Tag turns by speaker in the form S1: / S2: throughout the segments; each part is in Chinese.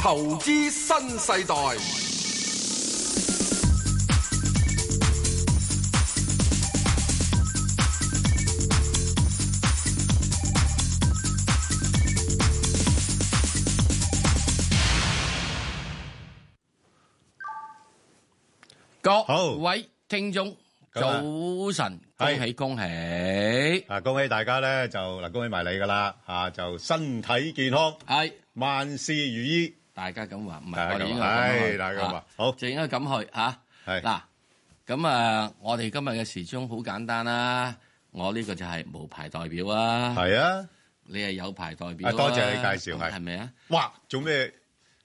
S1: 投資新世代。
S2: 各
S3: 好
S2: 位聽眾，
S3: 咁啊
S2: 早晨，恭
S3: 係
S2: 喜恭喜，
S3: 啊，恭喜大家咧，就嗱，恭喜埋你噶啦，啊，就身體健康，
S2: 係
S3: 萬事如意，
S2: 大家咁話，唔係
S3: 大家
S2: 我哋
S3: 咁
S2: 應該
S3: 話係大
S2: 咁去
S3: 家咁話
S2: 啊
S3: 好
S2: 就應該咁去嚇。
S3: 係
S2: 嗱，咁啊，我哋今日嘅時鐘好簡單啦，我呢個就係無牌代表啊，
S3: 係啊，
S2: 你係有牌代表啊，
S3: 啊多謝你介紹係
S2: 係咪啊？
S3: 哇，做咩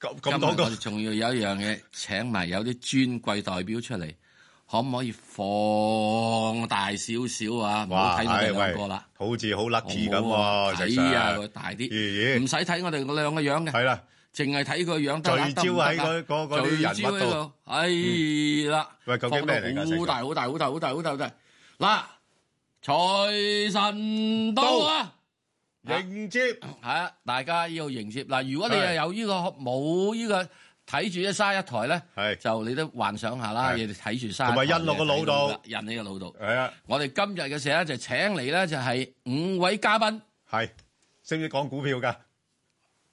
S3: 咁咁多
S2: 今日我
S3: 個
S2: 哋仲要有一樣嘢，請埋有啲尊貴代表出嚟，可唔可以放大少少啊？唔好睇我哋
S3: 唉
S2: 兩個啦，
S3: 好似好
S2: 好
S3: lucky 咁
S2: 唔好啊
S3: 喎，石
S2: 睇啊
S3: Sir
S2: 佢大
S3: 咦
S2: 啲，
S3: 咦
S2: 唔使睇我哋兩個樣嘅，
S3: 係啦，
S2: 淨係睇佢樣得啦
S3: 聚焦喺嗰嗰嗰啲人物度，
S2: 得唔得啊聚焦喺度係啦。
S3: 喂究竟咩嚟㗎
S2: 放到好大好大好大好大好大好大嗱，財神到啊！
S3: 迎接
S2: 係啊，大家要迎接嗱。如果你係
S3: 係
S2: 有呢、個冇呢、個睇住一沙一台咧，
S3: 係
S2: 就你都幻想下啦。
S3: 係
S2: 你哋睇住沙一
S3: 同
S2: 台，
S3: 埋印落個腦度
S2: 你就睇到㗎印呢個腦度。
S3: 係啊，
S2: 我哋今日嘅時候咧，就請嚟咧就係五位嘉賓，
S3: 係識唔識講股票㗎？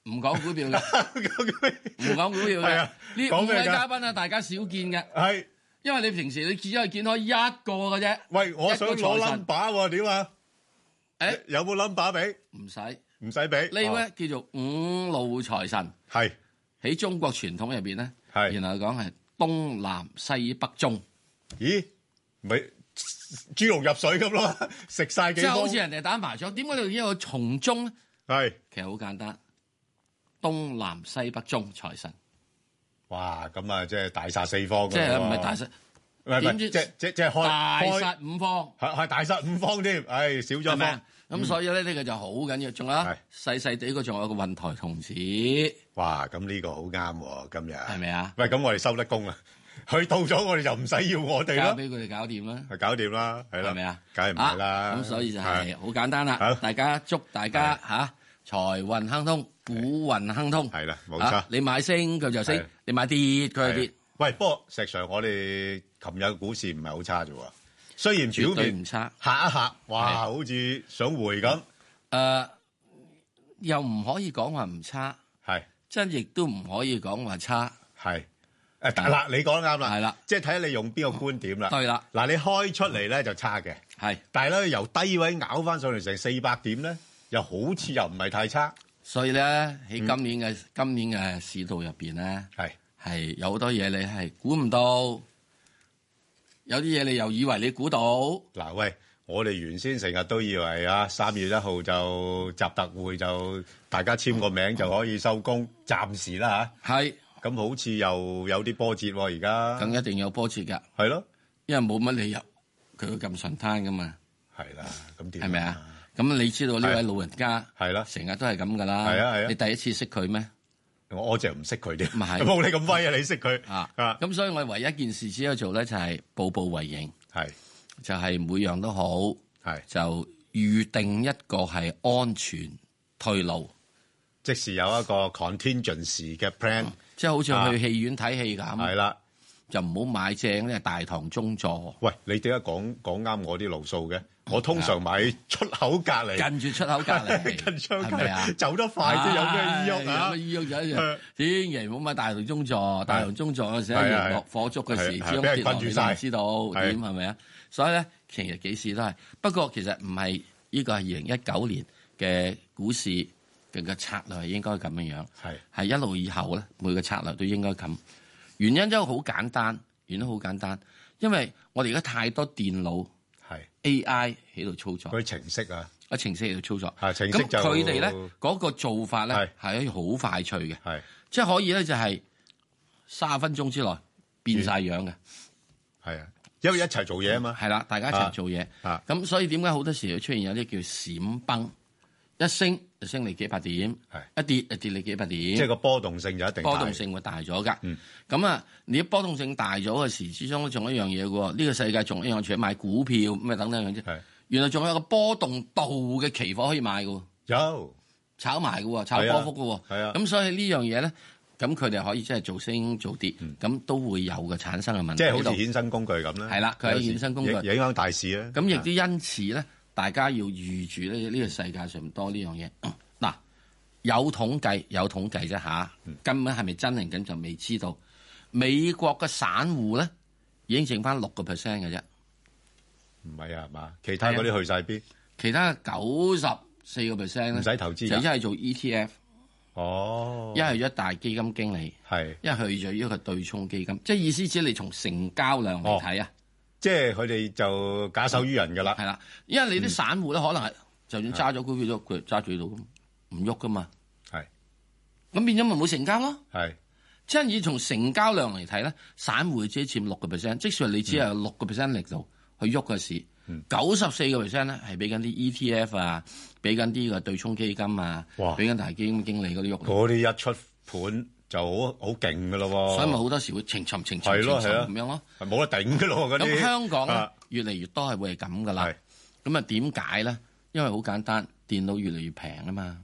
S2: 唔講股票嘅，唔講股
S3: 係
S2: 票嘅
S3: 啊。
S2: 呢
S3: 講
S2: 五
S3: 咩
S2: 位
S3: 㗎
S2: 嘉賓啊，大家少見嘅，
S3: 係，
S2: 因為你平時你只係見開一個嘅啫。
S3: 喂，我想
S2: 一個財
S3: 攞
S2: 神
S3: number 喎，點啊？
S2: 誒，
S3: 有冇 number 俾？
S2: 唔使呢
S3: 唔使俾。
S2: 位叫做五路財神，
S3: 哦？係
S2: 喺中國傳統入邊咧，
S3: 係
S2: 原來講係東南西北中。
S3: 咦，咪豬籠入水咁咯， 食晒幾
S2: 即係好
S3: 方
S2: 似人哋打麻雀，點解你要有從中咧？
S3: 係，
S2: 其實好簡單，東南西北中財神，
S3: 哇！咁啊，即係大殺四方㗎
S2: 即係唔係
S3: 喎
S2: 大殺
S3: 唔係唔
S2: 點
S3: 係，
S2: 知
S3: 即係即係即係開
S2: 大
S3: 開
S2: 殺五方，
S3: 係係大殺五方添，唉，少咗
S2: 係
S3: 一
S2: 咪
S3: 方嗯
S2: 啊？，咁所以咧呢個就好緊要，仲有啊
S3: 係
S2: 細細地嗰仲有個運台童子，係
S3: 哇！咁呢個好啱喎，今日係
S2: 咪啊？
S3: 喂，咁我哋收得工啦， 佢到咗我哋就唔使要我哋
S2: 交
S3: 啦，
S2: 俾佢哋搞掂啦，
S3: 係搞掂啦，係啦，
S2: 係咪啊？
S3: 梗係唔係啦，
S2: 啊咁所以就
S3: À.
S2: 係好簡單啦
S3: 好，
S2: 大家祝大家嚇財運亨通，股運亨通，
S3: 係啦，冇
S2: 啊
S3: 錯。
S2: 你買升佢就
S3: 係
S2: 升，你買跌佢就跌，
S3: 喂，不過石 Sir，我哋琴日嘅股市唔係好差啫喎，雖然表
S2: 絕對唔
S3: 面
S2: 差。
S3: 下一下，哇，
S2: 係
S3: 好似想回咁，
S2: 誒、又唔可以講話唔差，
S3: 係
S2: 真亦都唔可以講話差。
S3: 係誒嗱，你講得啱啦，
S2: 係啦，
S3: 即係睇下你用邊個觀點啦。
S2: 對啦，
S3: 嗱，你開出嚟咧就差嘅，
S2: 係，
S3: 但係咧由低位咬翻上嚟成四百點咧，又好似又唔係太差，
S2: 所以咧喺今年嘅、今年嘅市道入邊咧，
S3: 係
S2: 係有好多嘢你係估唔到，有啲嘢你又以為你估到，
S3: 嗱喂。我哋原先成日都以為啊，三月一號就集特會就大家簽個名就可以收工，暫時啦
S2: 係
S3: 吓，咁好似又有啲波折喎，而家
S2: 咁一定有波折㗎，
S3: 係咯，
S2: 因為冇乜理由佢會咁順攤㗎嘛，
S3: 係啦，咁點？
S2: 係咪？啊？咁你知道呢位
S3: 係
S2: 老人家
S3: 係啦，
S2: 成日都係咁㗎啦，
S3: 係啊係啊
S2: 你第一次識佢咩？
S3: 我我就唔識佢啲，
S2: 咪係
S3: 冇你咁威啊！你識佢
S2: 啊，
S3: 啊？
S2: 咁所以我唯一一件事只可以做咧就係步步為營。
S3: 係
S2: 就係每樣都好，
S3: 係，
S2: 就預定一個係安全退路，
S3: 即時有一個 contingency 嘅 plan
S2: 即係好似去戲院睇戲咁，
S3: 啊係啦。
S2: 就唔好買正咧大堂中座，
S3: 喂，你點解講講啱我啲路數嘅？我通常買出口隔離，
S2: 近住出口隔 離，
S3: 近窗隔
S2: 係咪啊
S3: 離，？走得快啲，有咩意郁
S2: 哎唉有
S3: 啊
S2: 咩？醫藥就一樣，千祈唔好買大堂中座，大堂中座嘅時候
S3: 係啊
S2: 落
S3: 係
S2: 火燭嘅時，
S3: 係
S2: 始
S3: 係
S2: 終
S3: 俾人
S2: 跌落
S3: 困住
S2: 嚟
S3: 晒
S2: 都唔知道
S3: 係
S2: 點係咪啊？所以咧，其實幾時都係，不過其實唔係呢個係二零一九年嘅股市嘅嘅策略係應該咁樣樣。
S3: 係
S2: 係一路以後咧，每個策略都應該咁。原因真係好簡單，原因好簡單，因為我哋而家太多電腦
S3: 係
S2: AI 喺度操作，
S3: 佢程式啊，
S2: 啊程式喺度操作。
S3: 係程式
S2: 咁
S3: 就
S2: 佢哋咧嗰個做法咧
S3: 係
S2: 係可以好快脆嘅，
S3: 係
S2: 即係可以咧就係三十分鐘之內變晒樣嘅，
S3: 係啊，因為一齊做嘢啊嘛，
S2: 係啦，大家一齊做嘢。
S3: 啊
S2: 咁所以點解好多時會出現有啲叫閃崩，一升就升你幾百點，
S3: 係
S2: 一跌就跌你幾百點，
S3: 即係個波動性就一定
S2: 波
S3: 大
S2: 動性會大咗噶
S3: 嗯。
S2: 咁啊，你波動性大咗嘅時之中，仲有一樣嘢嘅喎。呢個世界仲有一樣，除咗買股票咁啊等等樣啫。
S3: 係
S2: 原來仲有個波動度嘅期貨可以買嘅喎，
S3: 有
S2: 炒埋嘅喎，炒波幅嘅喎。
S3: 係啊係啊
S2: 咁所以呢樣嘢咧，咁佢哋可以即係做升做跌，咁都會有嘅產生嘅問題
S3: 嗯即係好
S2: 喺
S3: 似
S2: 度。
S3: 衍生工具咁啦。
S2: 係啦佢係
S3: 有時
S2: 衍生工具
S3: 影影響大市啦。
S2: 咁亦都因此咧，大家要預住咧呢個世界上多呢樣嘢。
S3: 嗯
S2: 嗱，有統計有統計啫吓，
S3: 嗯
S2: 根本係咪真定緊就未知道。美國嘅散户咧已經剩翻六個 percent 嘅啫，
S3: 唔係啊係嘛？其他嗰啲去晒邊？
S2: 其他九十四個 percent 咧
S3: 唔使投資
S2: 就
S3: 㗎
S2: 一係做 ETF，
S3: 哦，
S2: 一係一大基金經理，
S3: 係
S2: 一係就一個對沖基金。即係意思指你從成交量
S3: 哦
S2: 嚟睇啊，
S3: 即係佢哋就假手於人㗎啦。
S2: 係啦，因為你啲散戶咧可能係就算揸咗股票
S3: 嗯
S2: 都佢揸住喺度唔喐噶嘛，
S3: 係
S2: 咁變咗咪冇成交咯。
S3: 係
S2: 即係以從成交量嚟睇咧，散戶只係佔六個 percent，即使你只係有
S3: 嗯
S2: 六個 percent 力度去喐嘅市，九十四個 percent 咧係俾緊啲 ETF 啊，俾緊啲嘅對沖基金啊
S3: 哇，哦
S2: 俾緊大基金經理嗰啲喐，
S3: 嗰啲一出盤就好好勁㗎咯喎。
S2: 所以咪好多時會情尋情尋
S3: 係
S2: 情
S3: 咯
S2: 尋
S3: 係咯
S2: 咁樣咯。
S3: 係冇得頂㗎咯喎嗰啲。
S2: 咁香港咧
S3: 啊
S2: 越嚟越多係會係咁噶啦
S3: 係。
S2: 咁啊點解咧？因為好簡單，電腦越嚟越平啊嘛。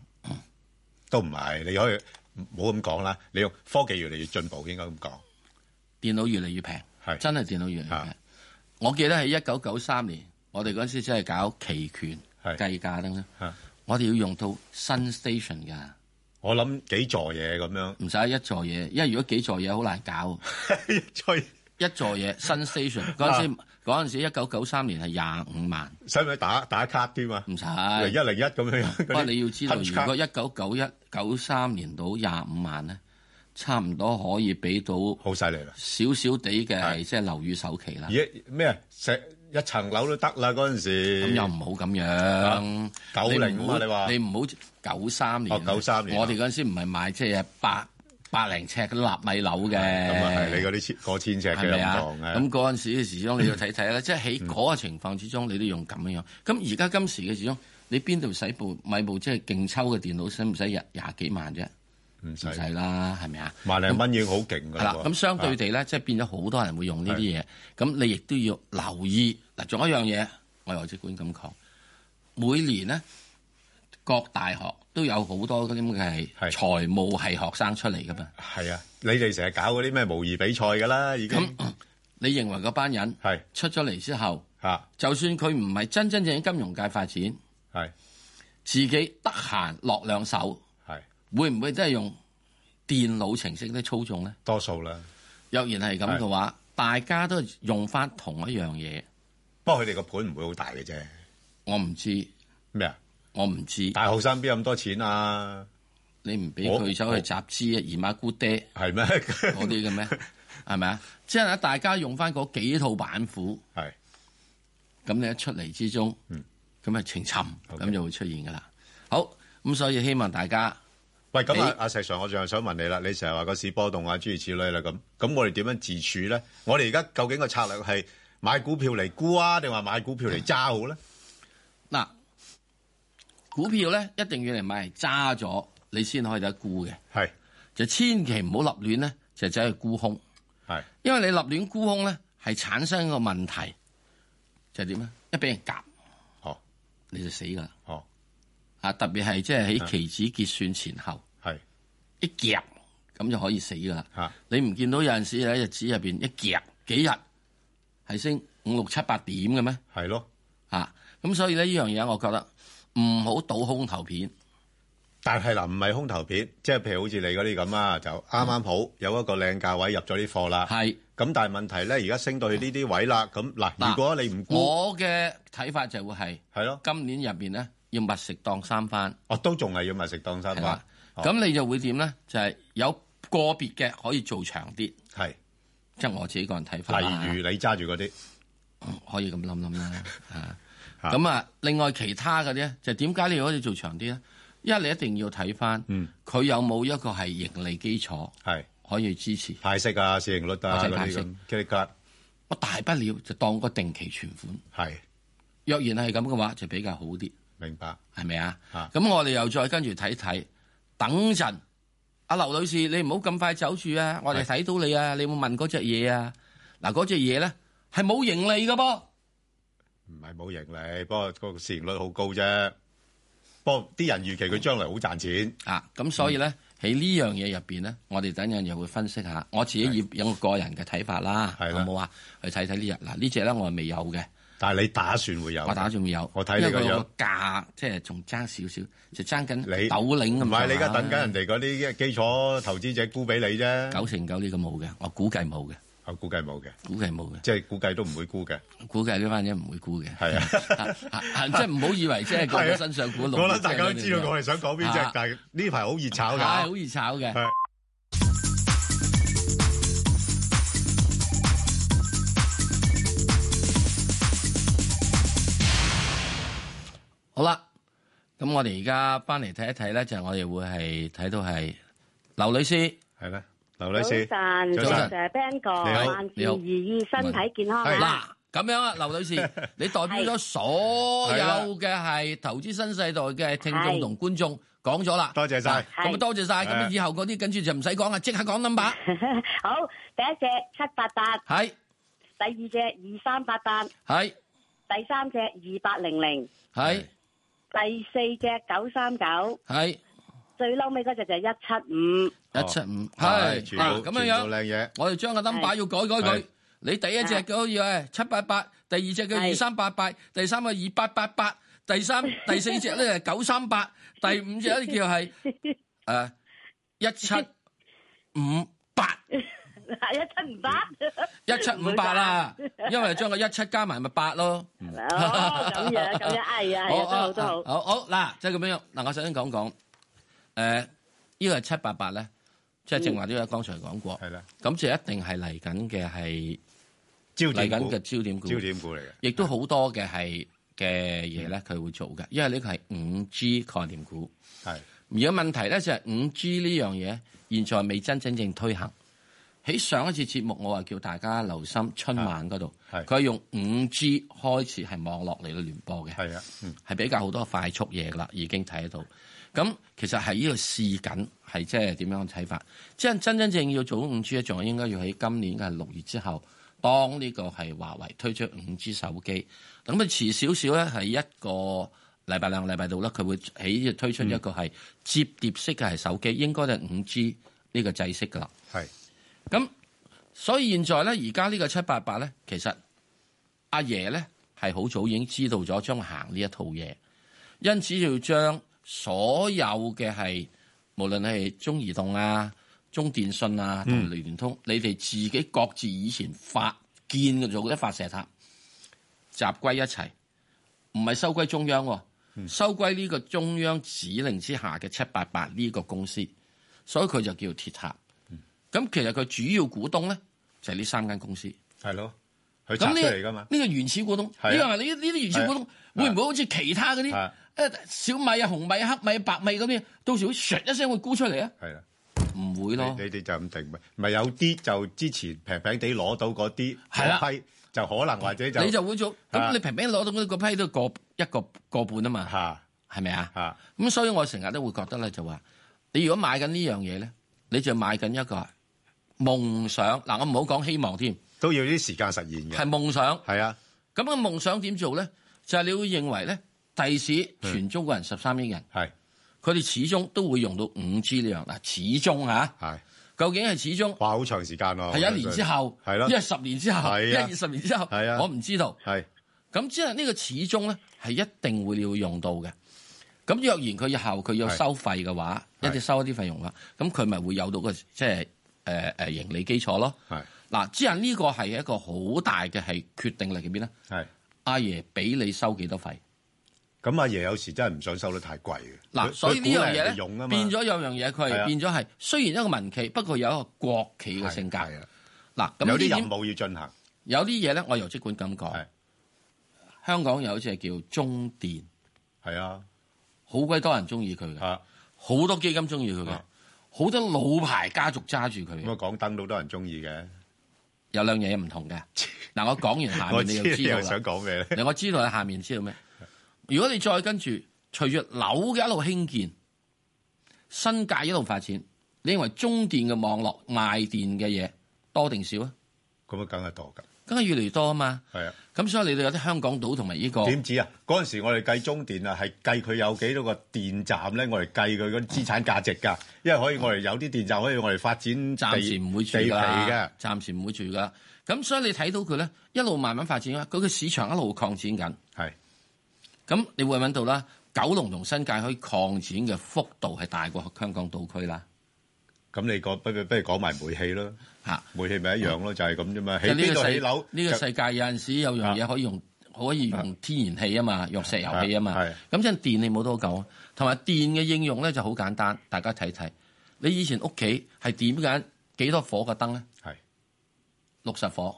S3: 都唔係，你可以唔好咁講啦。你用科技越嚟越進步，應該咁講。
S2: 電腦越嚟越平，
S3: 係
S2: 真係電腦越嚟越平
S3: 啊。
S2: 我記得喺一九九三年，我哋嗰陣時真係搞期權
S3: 係
S2: 計價等等
S3: 啊，
S2: 我哋要用到新 station 㗎，
S3: 我諗幾座嘢咁樣，
S2: 唔使一座嘢，因為如果幾座嘢好難搞。
S3: 吹
S2: 一座嘢新 station 嗰陣時，
S3: 啊
S2: 嗰陣時一九九三年係廿五萬，
S3: 使唔使打打卡添啊？
S2: 唔使。
S3: 零一零一咁樣嗰啲
S2: 不過你要知道，
S3: punch
S2: 如果一九九一九三年到廿五萬咧，差唔多可以俾到
S3: 卡好犀利啦！
S2: 少少地嘅係
S3: 係
S2: 即係樓宇首期啦
S3: 而。家咩石一層樓都得啦嗰陣時。
S2: 咁又唔好咁樣。
S3: 90
S2: 你唔好
S3: 啊你話
S2: 你唔好九三年啊。
S3: 哦93年啊
S2: 我哋嗰陣時唔係買即係百百零尺嘅納米樓嘅。
S3: 咁啊係，你嗰啲千過千尺
S2: 係
S3: 嘅
S2: 咪啊
S3: 唔同？
S2: 咁
S3: 嘅，
S2: 嗰陣時嘅時鐘你要睇 睇啦，即係
S3: 嗯
S2: 喺嗰個情況之中，你都用咁樣樣。咁而家今時嘅時鐘，你邊度使部買部即係勁抽嘅電腦，使唔使廿廿幾萬啫？
S3: 唔
S2: 唔使
S3: 使
S2: 啦，係咪啊？
S3: 萬零蚊已經好勁㗎
S2: 係啦，咁相對
S3: 啊
S2: 地咧，即係變咗好多人會用呢啲嘢，咁你亦都要留意。嗱，仲有一樣嘢，我由即管咁講，每年咧各大學都有好多嗰啲咁嘅係
S3: 係
S2: 財務系學生出嚟噶嘛。
S3: 係啊，你哋成日搞嗰啲咩模擬比賽㗎啦，已經
S2: 咁嗯你認為嗰班人
S3: 係
S2: 出咗嚟之後，
S3: 嚇
S2: 就算佢唔係真真正正金融界發展，
S3: 係
S2: 自己得閒落兩手，
S3: 係
S2: 會唔會真係用電腦程式咧操縱咧？
S3: 多數啦。
S2: 若然係咁嘅話，大家都用翻同一樣嘢，
S3: 不過佢哋個盤唔會好大嘅啫。
S2: 我唔知。
S3: 咩啊？
S2: 我唔知，
S3: 大學生邊有咁多錢啊？
S2: 你唔俾
S3: 我
S2: 佢走去集資啊，姨媽姑爹
S3: 係咩？
S2: 嗰啲嘅咩？係咪啊？即係大家用翻嗰幾套板斧，
S3: 係
S2: 咁你一出嚟之中，咁咪情尋，咁就會出現噶啦。好，咁所以希望大家
S3: 喂，咁
S2: 你
S3: 啊，阿石 Sir，我仲係想問你啦，你成日話個市波動啊，諸如此類啦，咁咁我哋點樣自處咧？我哋而家究竟個策略係買股票嚟沽啊，定話買股票嚟揸好咧？
S2: 嗱，股票咧一定要嚟買嚟揸咗，你先可以得沽嘅，
S3: 係
S2: 就千祈唔好立亂咧，就走去沽空，
S3: 係
S2: 因為你立亂沽空咧係產生一個問題，就係點咧？一俾人夾
S3: 哦
S2: 你就死噶啦。
S3: 哦
S2: 啊，特別係即係喺期指結算前後
S3: 係
S2: 一夾，咁就可以死噶啦。
S3: 嚇
S2: 你唔見到有陣時喺日子入邊一夾幾日係升五六七八點嘅咩？
S3: 係咯，
S2: 啊，咁所以咧呢樣嘢我覺得唔好倒空頭片，
S3: 但係嗱，唔係空頭片，即係譬如好似你嗰啲咁啊，就啱啱好有一個靚價位入咗啲貨啦。
S2: 係
S3: 咁但係問題咧，而家升到去呢啲位啦，咁嗱，
S2: 嗱
S3: 如果你唔沽，
S2: 我嘅睇法就會係
S3: 係咯，
S2: 今年入邊咧要密食當三番，
S3: 我都仲係要咪食當三
S2: 係
S3: 飯
S2: 啦，。
S3: 哦
S2: 咁你就會點咧？就係、有個別嘅可以做長啲，即、
S3: 係
S2: 係、我自己個人睇法啦
S3: 例如你揸住嗰啲
S2: 嗯可以咁諗諗 啦，啊
S3: 嚇
S2: 咁啊，另外其他嘅咧，就點解你可以做長啲咧？因為你一定要睇翻，
S3: 嗯
S2: 佢有冇一個係盈利基礎
S3: 係。
S2: 可以支持。
S3: 派息啊、市盈率啊
S2: 或者
S3: 嗰
S2: 派
S3: 啲
S2: 息
S3: 咁，吉利吉
S2: 我大不了就當個定期存款。
S3: 係
S2: 若然係咁嘅話，就比較好啲，
S3: 明白
S2: 係咪啊？
S3: 嚇
S2: 咁我哋又再跟住睇睇，等陣。阿劉女士，你唔好咁快走住啊！我哋睇到你啊，你有冇問嗰只嘢啊？嗱，嗰只嘢咧係冇盈利嘅噃。
S3: 唔係冇盈利，不過個市盈率好高啫。不過啲人預期佢將來好賺錢，
S2: 啊，咁所以咧，喺呢樣嘢入邊咧，我哋等陣又會分析下。我自己以有個個人嘅睇法啦，
S3: 係
S2: 有
S3: 啦
S2: 冇啊？去睇睇呢日嗱呢只咧，我係未有嘅，
S3: 但係你打算會有？
S2: 我打算會有。
S3: 我睇你個樣
S2: 因為佢個價即係仲爭少少，就爭緊
S3: 你
S2: 豆領咁。
S3: 唔係你而家等緊人哋嗰啲基礎投資者估俾你啫。
S2: 九成九呢個冇嘅，我估計冇嘅，
S3: 我估計冇嘅，
S2: 估計冇嘅。
S3: 即係估計都唔會估嘅。
S2: 估計呢班嘢唔會估嘅，
S3: 係啊
S2: 啊，啊即係唔好以為即係個
S3: 係
S2: 個
S3: 啊
S2: 身上股龍。
S3: 我諗大家都知道我哋想講邊只
S2: 啊，
S3: 但係呢排好熱炒
S2: 係
S3: 㗎
S2: 好。易炒嘅。
S3: 係
S2: 好啦，咁我哋而家翻嚟睇一睇咧，就係我哋會係睇到係劉女士，
S3: 係啦，劉女
S4: 早
S3: 士，
S4: 晨，
S3: 早
S4: 早
S2: 晨
S4: 晨，Ben 哥，
S3: 你好
S4: 萬事如意，身體健康
S3: 係
S4: 啊！
S2: 嗱咁樣啊，劉 女士，你代表咗所有嘅係投資新世代嘅聽眾同觀眾講咗啦，
S3: 多謝晒
S2: 嗱咁啊
S4: 係
S2: 多謝晒，咁啊
S3: 係
S2: 以後嗰啲跟住就唔使講啦，即刻講 number，
S4: 好，第一隻七八八，
S2: 係
S4: 第二隻二三八八，
S2: 係
S4: 第三隻二八零零，
S2: 係
S4: 第四隻九三九，
S2: 係
S4: 最嬲尾嗰只就一七五。
S2: 一七五，
S3: 係
S2: 係
S3: 全部
S2: 啊咁
S3: 全部
S2: 樣樣。
S3: 靚嘢。
S2: 我哋將個 number 要改改佢
S3: 係。
S2: 你第一隻叫誒七八八，第二隻叫二
S4: 係
S2: 三八八，第三個二八八八，第三第四隻咧九三八，第五隻咧叫係誒一七五八，
S4: 一七唔八，
S2: 一七五八啦，因為將個一七加埋咪八咯。
S4: 哦咁樣咁樣，哎呀，係啊，都好都好，
S2: 好好嗱，即係咁樣樣嗱，我首先講講誒呢個七八八咧，即係正話呢個剛才講過，
S3: 係啦，
S2: 咁就一定係嚟緊嘅係
S3: 焦
S2: 嚟
S3: 點
S2: 緊
S3: 股，
S2: 嘅焦點股。
S3: 焦點股嚟嘅。
S2: 亦都好多嘅係嘅嘢咧，佢會做嘅，因為呢個係五 G 概念股。
S3: 係
S2: 而家問題咧就係五 G 呢樣嘢，現在未真真正推行。喺上一次節目，我話叫大家留心春晚嗰度，
S3: 係
S2: 佢係用五 G 開始係網絡嚟到聯播嘅，
S3: 係啊，嗯
S2: 係比較好多快速嘢噶啦，已經睇得到。咁其實係呢度試緊，係即係點樣睇法？即係真真正要做五 G 咧，仲應該要喺今年嘅六月之後，當呢個係華為推出五 G 手機，咁啊遲少少咧係一個禮拜兩個禮拜度啦，佢會喺推出一個係摺疊式嘅係手機，應該就係五 G 呢個制式噶啦。
S3: 係
S2: 咁所以現在咧，而家呢個七八八咧，其實阿爺咧係好早已經知道咗將行呢一套嘢，因此要將所有嘅係無論係中移動啊、中電信啊同埋聯通，你哋自己各自以前發建嘅做嗰啲發射塔，集歸一齊，唔係收歸中央喎。收歸呢個中央指令之下嘅七八八呢個公司，所以佢就叫鐵塔。咁其實佢主要股東咧就係呢三間公司。
S3: 係咯，佢拆
S2: 咁
S3: 出
S2: 呢
S3: 嚟㗎
S2: 個呢
S3: 嘛。
S2: 個原始股東，
S3: 係啊
S2: 你話你呢啲原始股東
S3: 係啊
S2: 會唔會好似其他嗰
S3: 係
S2: 啲
S3: 啊
S2: 誒小米啊、紅米啊、黑米啊、白米嗰啲，到時會唰一聲會沽出嚟啊？
S3: 係啦，
S2: 唔會咯
S3: 你，你哋就咁定咪？咪有啲就之前平平地攞到嗰啲
S2: 係啦
S3: 嗰批，就可能或者就
S2: 你就會做。
S3: 啊
S2: 咁你平平攞到嗰個批都個一個個半啊嘛，
S3: 嚇
S2: 係咪啊？
S3: 嚇
S2: 咁所以我成日都會覺得咧，就話你如果買緊呢樣嘢咧，你就買緊一個夢想。嗱，我唔好講希望添，
S3: 都要啲時間實現嘅。
S2: 係夢想。
S3: 係啊，
S2: 咁個夢想點做咧？就係、你會認為咧，第時
S3: 嗯
S2: 全中國人十三億人，
S3: 係
S2: 佢哋始終都會用到五 G 呢樣嗱，始終嚇、啊，
S3: 係，
S2: 究竟係始終
S3: 哇！好長時間喎。
S2: 係啊一年之後，
S3: 係哦咯
S2: 一係十年之後，一
S3: 係啊
S2: 係二十年之後，
S3: 係啊
S2: 我唔知道。
S3: 係
S2: 咁之後呢個始終咧係一定會要用到嘅。咁若然佢日後佢要收費嘅話，一
S3: 係
S2: 啲收一啲費用啦，咁佢咪會有到個即係誒誒盈利基礎咯。
S3: 係
S2: 嗱，之後呢個係一個好大嘅係決定力入邊咧，
S3: 係。
S2: 阿爺俾你收幾多費？
S3: 咁阿爺有時真係唔想收得太貴嘅。
S2: 嗱，
S3: 佢
S2: 所以呢樣
S3: 佢鼓勵
S2: 嘢
S3: 人哋用啊
S2: 咧
S3: 嘛
S2: 變咗有樣嘢，佢
S3: 係
S2: 係
S3: 啊
S2: 變咗係雖然一個民企，不過有一個國企嘅性格。
S3: 係啊
S2: 嗱，咁
S3: 有啲
S2: 呢
S3: 任
S2: 點
S3: 務要進行。
S2: 有啲嘢咧，我由即管咁講
S3: 係，
S2: 香港有一隻叫中電，
S3: 係啊，
S2: 好鬼多人中意佢嘅。
S3: 啊
S2: 好多基金中意佢嘅
S3: 啊，
S2: 好多老牌家族揸住佢
S3: 咁
S2: 嘅，
S3: 啊，港燈都好多人中意嘅。
S2: 有兩樣嘢唔同嘅。嗱，我講完下
S3: 我
S2: 面你
S3: 知
S2: 就
S3: 你
S2: 知道
S3: 又
S2: 啦
S3: 想。講咩咧？
S2: 嗱，我知道你下面知道咩？如果你再跟住隨住樓嘅一路興建，新界一路發展，你認為中電嘅網絡賣電嘅嘢多定少啊？
S3: 咁啊，梗係多㗎。
S2: 梗係越嚟越多啊嘛。
S3: 係啊。
S2: 咁所以你哋有啲香港島同埋呢個
S3: 點止啊？嗰陣時我哋計中電啊，係計佢有幾多個電站咧，我哋計佢嗰啲資產價值㗎。因為可以我哋有啲電站可以我哋發展地
S2: 暫時唔會住
S3: 地皮
S2: 㗎
S3: 嘅
S2: 啦，，暫時唔會住㗎啦。咁所以你睇到佢咧，一路慢慢發展啦，佢嘅市場一路擴展緊。
S3: 係
S2: 咁你會揾到啦，九龍同新界可以擴展嘅幅度係大過香港島區啦。
S3: 咁你講不如不如講埋煤氣啦，
S2: 嚇，
S3: 煤氣咪一樣咯，就係咁啫嘛。
S2: 即
S3: 起
S2: 係呢
S3: 邊
S2: 個
S3: 度起
S2: 世
S3: 樓
S2: 呢個
S3: 就
S2: 世界有陣時有樣嘢可以用，可以用天然氣啊嘛，用石油氣啊嘛
S3: 係。
S2: 咁即係電你冇得救啊。同埋電嘅應用咧就好簡單，大家睇睇。你以前屋企係點緊幾多火嘅燈咧？
S3: 係
S2: 六十火。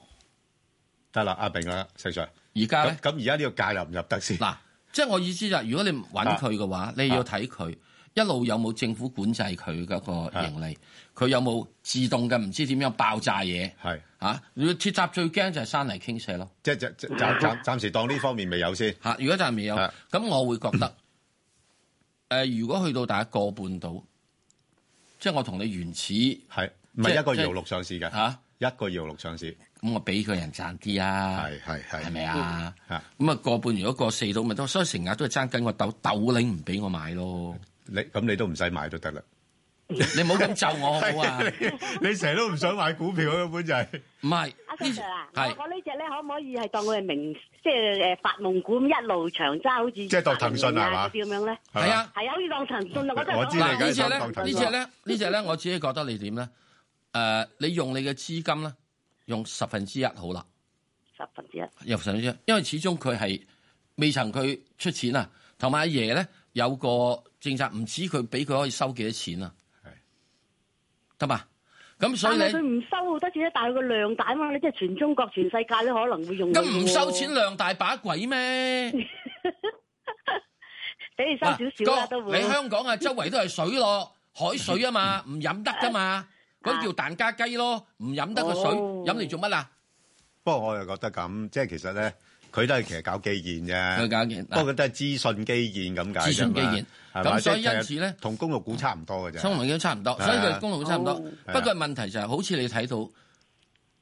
S3: 得啦，阿炳啦，石 Sir。
S2: 而家咧
S3: 咁咁而家呢個價入唔入得先？
S2: 嗱，即係我意思就係，如果你揾佢嘅話，你要睇佢一路有冇政府管制佢嗰個盈利，佢有冇自動嘅唔知點樣爆炸嘢
S3: 係
S2: 嚇。如果鐵閘最驚就係山泥傾瀉咯。
S3: 即係暫暫暫暫時當呢方面未有先。
S2: 嚇！如果暫未有，
S3: 係
S2: 咁我會覺得，誒、如果去到大家個半島，即係我同你原始
S3: 係唔係
S2: 即係
S3: 一個
S2: 即係
S3: 搖六上市
S2: 嚇，咁、
S3: 嘅？一個搖六上市
S2: 我俾佢人賺啲啊，
S3: 係係係
S2: 係咪啊？
S3: 嚇。
S2: 咁啊個半如果過四到咪多，所以成日都係爭緊個豆豆領唔俾我買 咯，
S3: 你咁你都唔使買都得啦。
S2: 你唔好咁就我好唔好啊？
S3: 你成日都唔想買股票根本就係。
S2: 唔係
S4: 阿
S2: 呢
S4: Sir 啊，
S2: 係
S4: 我我呢只咧可唔可以係當佢係明，即係誒發夢股咁一路長揸，好似即
S3: 係當騰訊啊係嘛
S4: 咁樣咧？
S2: 係啊。
S4: 係啊，好似當騰訊啊，我真
S3: 我
S4: 係
S3: 知你
S4: 當
S2: 嗱
S3: 梗係
S2: 呢只
S3: 想
S2: 咧，
S3: 當騰
S2: 呢
S3: 訊
S2: 只咧，呢只咧，我自己覺得你點咧？誒、你用你嘅資金咧，用十分之一好啦。
S4: 十分之一。
S2: 入神啫，因為始終佢係未曾佢出錢啊，同埋阿爺咧有個政策，唔止佢俾佢可以收幾多錢啊
S3: 係，
S2: 得嘛？咁所以
S4: 但係佢
S2: 你
S4: 唔收好多錢咧，但係佢個量大啊嘛，你即係全中國、全世界都可能會用佢
S2: 咁
S4: 喎。
S2: 唔收錢量大把鬼 咩？
S4: 俾你收少少啦，都
S2: 嗱
S4: 會。
S2: 你香港啊，周圍都係水咯，海水啊嘛，唔飲得噶嘛，嗰叫蛋家雞咯，唔飲得個水，
S4: 啊哦
S2: 飲嚟做乜啊？
S3: 不過我又覺得咁，即係其實咧，佢都係其實搞基建啫。
S2: 佢搞嘅
S3: 不
S2: 嗱
S3: 過佢都係資訊基建咁解啫嘛
S2: 資訊基建
S3: 係嘛
S2: 咁所以
S3: 即係
S2: 因此咧
S3: 同公路股差唔多嘅啫。
S2: 收埋都差唔多，
S3: 係啊啊
S2: 所以佢公路都差唔多。
S4: 哦
S2: 不過問題就係、好似你睇到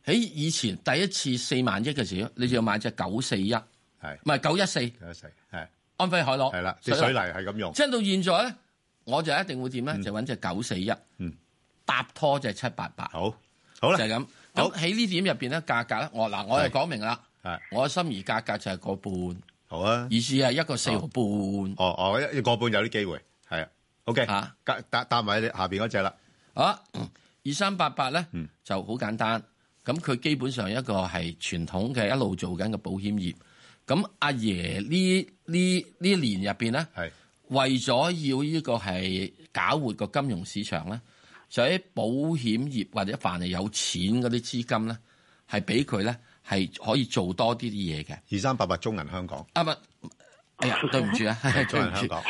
S2: 喺以前第一次四萬億嘅時候，你就要買只九四一，唔
S3: 係
S2: 係九一四
S3: 有成係
S2: 安徽海螺。
S3: 係啦，啲水泥係咁用。
S2: 即係到現在咧，我就一定會點咧？就揾只九四一
S3: 嗯，
S2: 搭拖就係七八八，
S3: 好，好啦，
S2: 就係咁。
S3: 好
S2: 咁喺呢點入邊咧，價格咧，我嗱我又
S3: 係
S2: 講明啦
S3: 係，
S2: 我心儀價格就係個半，
S3: 好啊。
S2: 意思係一個四毫半。
S3: 哦哦，一一個半有啲機會，係啊。OK，
S2: 嚇
S3: 答答答埋你下邊嗰只啦。
S2: 啊，二三八八咧
S3: 嗯
S2: 就好簡單，咁佢基本上一個係傳統嘅一路做緊嘅保險業。咁阿爺呢呢呢年入邊咧，
S3: 係
S2: 為咗要呢個係搞活個金融市場咧，就喺保險業或者凡係有錢嗰啲資金咧，係俾佢咧係可以做多啲啲嘢嘅。
S3: 二三八八中銀香港
S2: 啊唔係，哎呀，對唔住 啊，
S3: 中
S2: 對唔
S3: 銀香
S2: 住
S3: 港，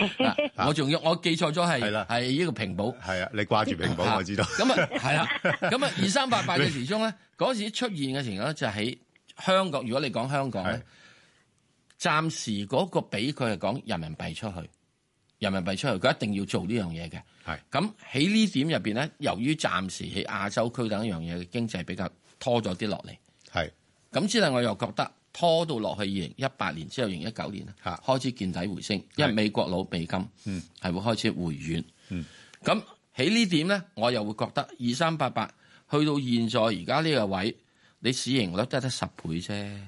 S2: 啊，我仲要我記錯咗係
S3: 係啦
S2: 係呢個平保。
S3: 係啊，你掛住平保我知道。
S2: 咁 啊，係啦，咁啊，二三八八嘅時鐘咧，嗰時出現嘅情況咧，就喺香港。如果你講香港咧，暫時嗰個俾佢係講人民幣出去，人民幣出去，佢一定要做呢樣嘢嘅。
S3: 係
S2: 咁喺呢點入邊咧，由於暫時喺亞洲區等一樣嘢嘅經濟比較拖咗啲落嚟，
S3: 係
S2: 咁之但我又覺得拖到落去二零一八年之後，二零一九年咧啊
S3: 嚇
S2: 開始見底回升，因為美國佬美金
S3: 嗯
S2: 係會開始回軟。
S3: 嗯
S2: 咁喺呢點咧，我又會覺得二三八八去到現在而家呢個位，你市盈率都係得十倍啫。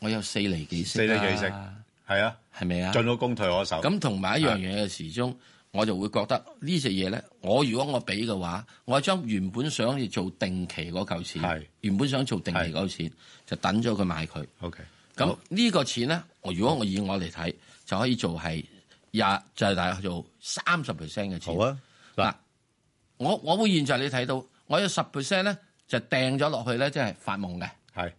S2: 我有四厘幾息、啊，
S3: 嗯四厘幾息係啊，
S2: 係咪啊？
S3: 進到攻退我手。
S2: 咁同埋一樣嘢嘅時鐘，我就會覺得呢隻嘢咧，我如果我俾嘅話，我係將原本想要做定期嗰
S3: 係
S2: 嚿錢，原本想做定期嗰嚿錢，就等咗佢買佢。
S3: OK，
S2: 咁
S3: 好
S2: 呢個錢咧，我如果我以我嚟睇，就可以做係廿，就係大概做三十 percent 嘅錢。
S3: 好啊，嗱
S2: 嗱，我我會現在你睇到，我有十 percent 咧就掟咗落去咧，即係發夢嘅，
S3: 係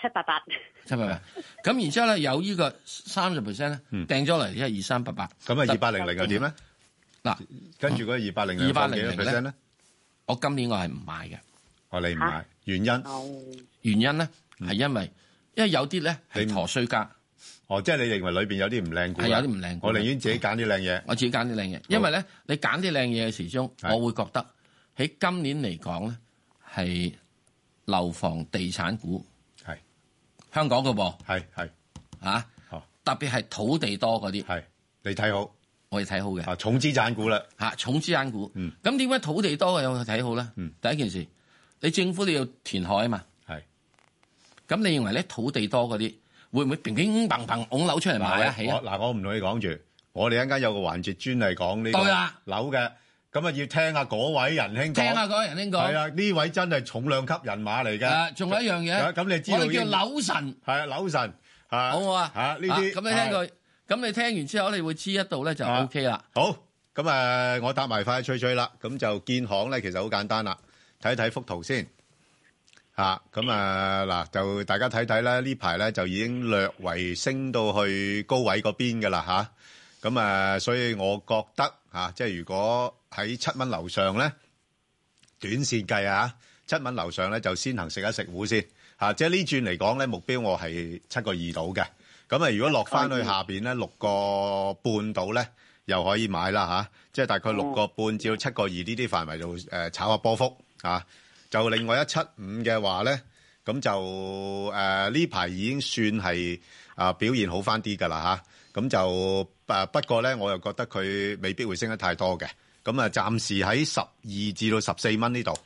S4: 七八八，
S2: 係咪？咁然之後咧有呢個三十 percent 咧
S3: 嗯
S2: 掟咗落嚟，即係二三八八。
S3: 咁啊，二八零零又點咧？
S2: 嗱，
S3: 跟住嗰二八零零
S2: 2800
S3: 幾多
S2: 呢
S3: percent 咧？
S2: 我今年我係唔買嘅，
S3: 我你唔買
S4: 嚇，
S3: 原因
S4: 哦，
S2: 原因咧係因為因為有啲咧係
S3: 嗯你唔
S2: 陀衰家，
S3: 哦，即係你認為裏邊有啲唔靚股啊，
S2: 係有啲唔靚股
S3: 我寧願自己揀啲靚嘢。
S2: 我自己揀啲靚嘢，因為咧你揀啲靚嘢嘅時鐘，
S3: 係
S2: 我會覺得喺今年嚟講咧係樓房地產股
S3: 係
S2: 香港嘅噃
S3: 係係
S2: 啊
S3: 哦，
S2: 特別係土地多嗰啲，
S3: 係，你睇好
S2: 我哋睇好嘅
S3: 啊，重資產股啦，
S2: 嚇重資產股。
S3: 嗯
S2: 咁點解土地多嘅有睇好咧？
S3: 嗯
S2: 第一件事，你政府你要填海啊嘛，
S3: 係
S2: 咁你認為咧土地多嗰啲會唔會乒乒乓乓拱樓出嚟賣啊？起啊
S3: 我-嗱，我唔同你講住，我哋一陣間有個環節專係講呢個
S2: 對啦。
S3: 樓嘅，咁啊要聽下嗰位仁兄講。
S2: 聽下嗰個人聽講。
S3: 係啊，呢位真係重量級人馬嚟嘅。
S2: 啊，仲有一樣嘢，
S3: 咁你知道
S2: 我哋叫
S3: 英-
S2: 扭神，
S3: 係啊，柳神，啊，
S2: 好唔好啊？
S3: 啊，呢啲，
S2: 咁你聽佢，咁你聽完之後，你會知一度咧就
S3: 啊
S2: O K 啦。
S3: 好，咁，呃，我搭埋塊吹吹啦，咁就建行呢，其實好簡單啦，睇睇幅圖先。啊，咁，呃，嗱，就大家睇睇啦，呢排呢，就已經略為升到去高位嗰邊㗎啦，吓。咁，呃，所以我覺得，啊，即係如果喺7蚊樓上呢，短線計啊，七蚊樓上呢，就先行食一食糊先。啊，即係呢轉嚟講呢，目標我係7.2度嘅。咁啊，如果落翻去下邊咧，六個半到咧，又可以買啦嚇、即係大概六個半至到七個二呢啲範圍度誒炒下波幅啊。就另外一七五嘅話咧，咁就誒呢排已經算係啊、表現好翻啲㗎啦嚇。咁、就誒、不過咧，我又覺得佢未必會升得太多嘅。咁啊，暫時喺十二至到十四蚊呢度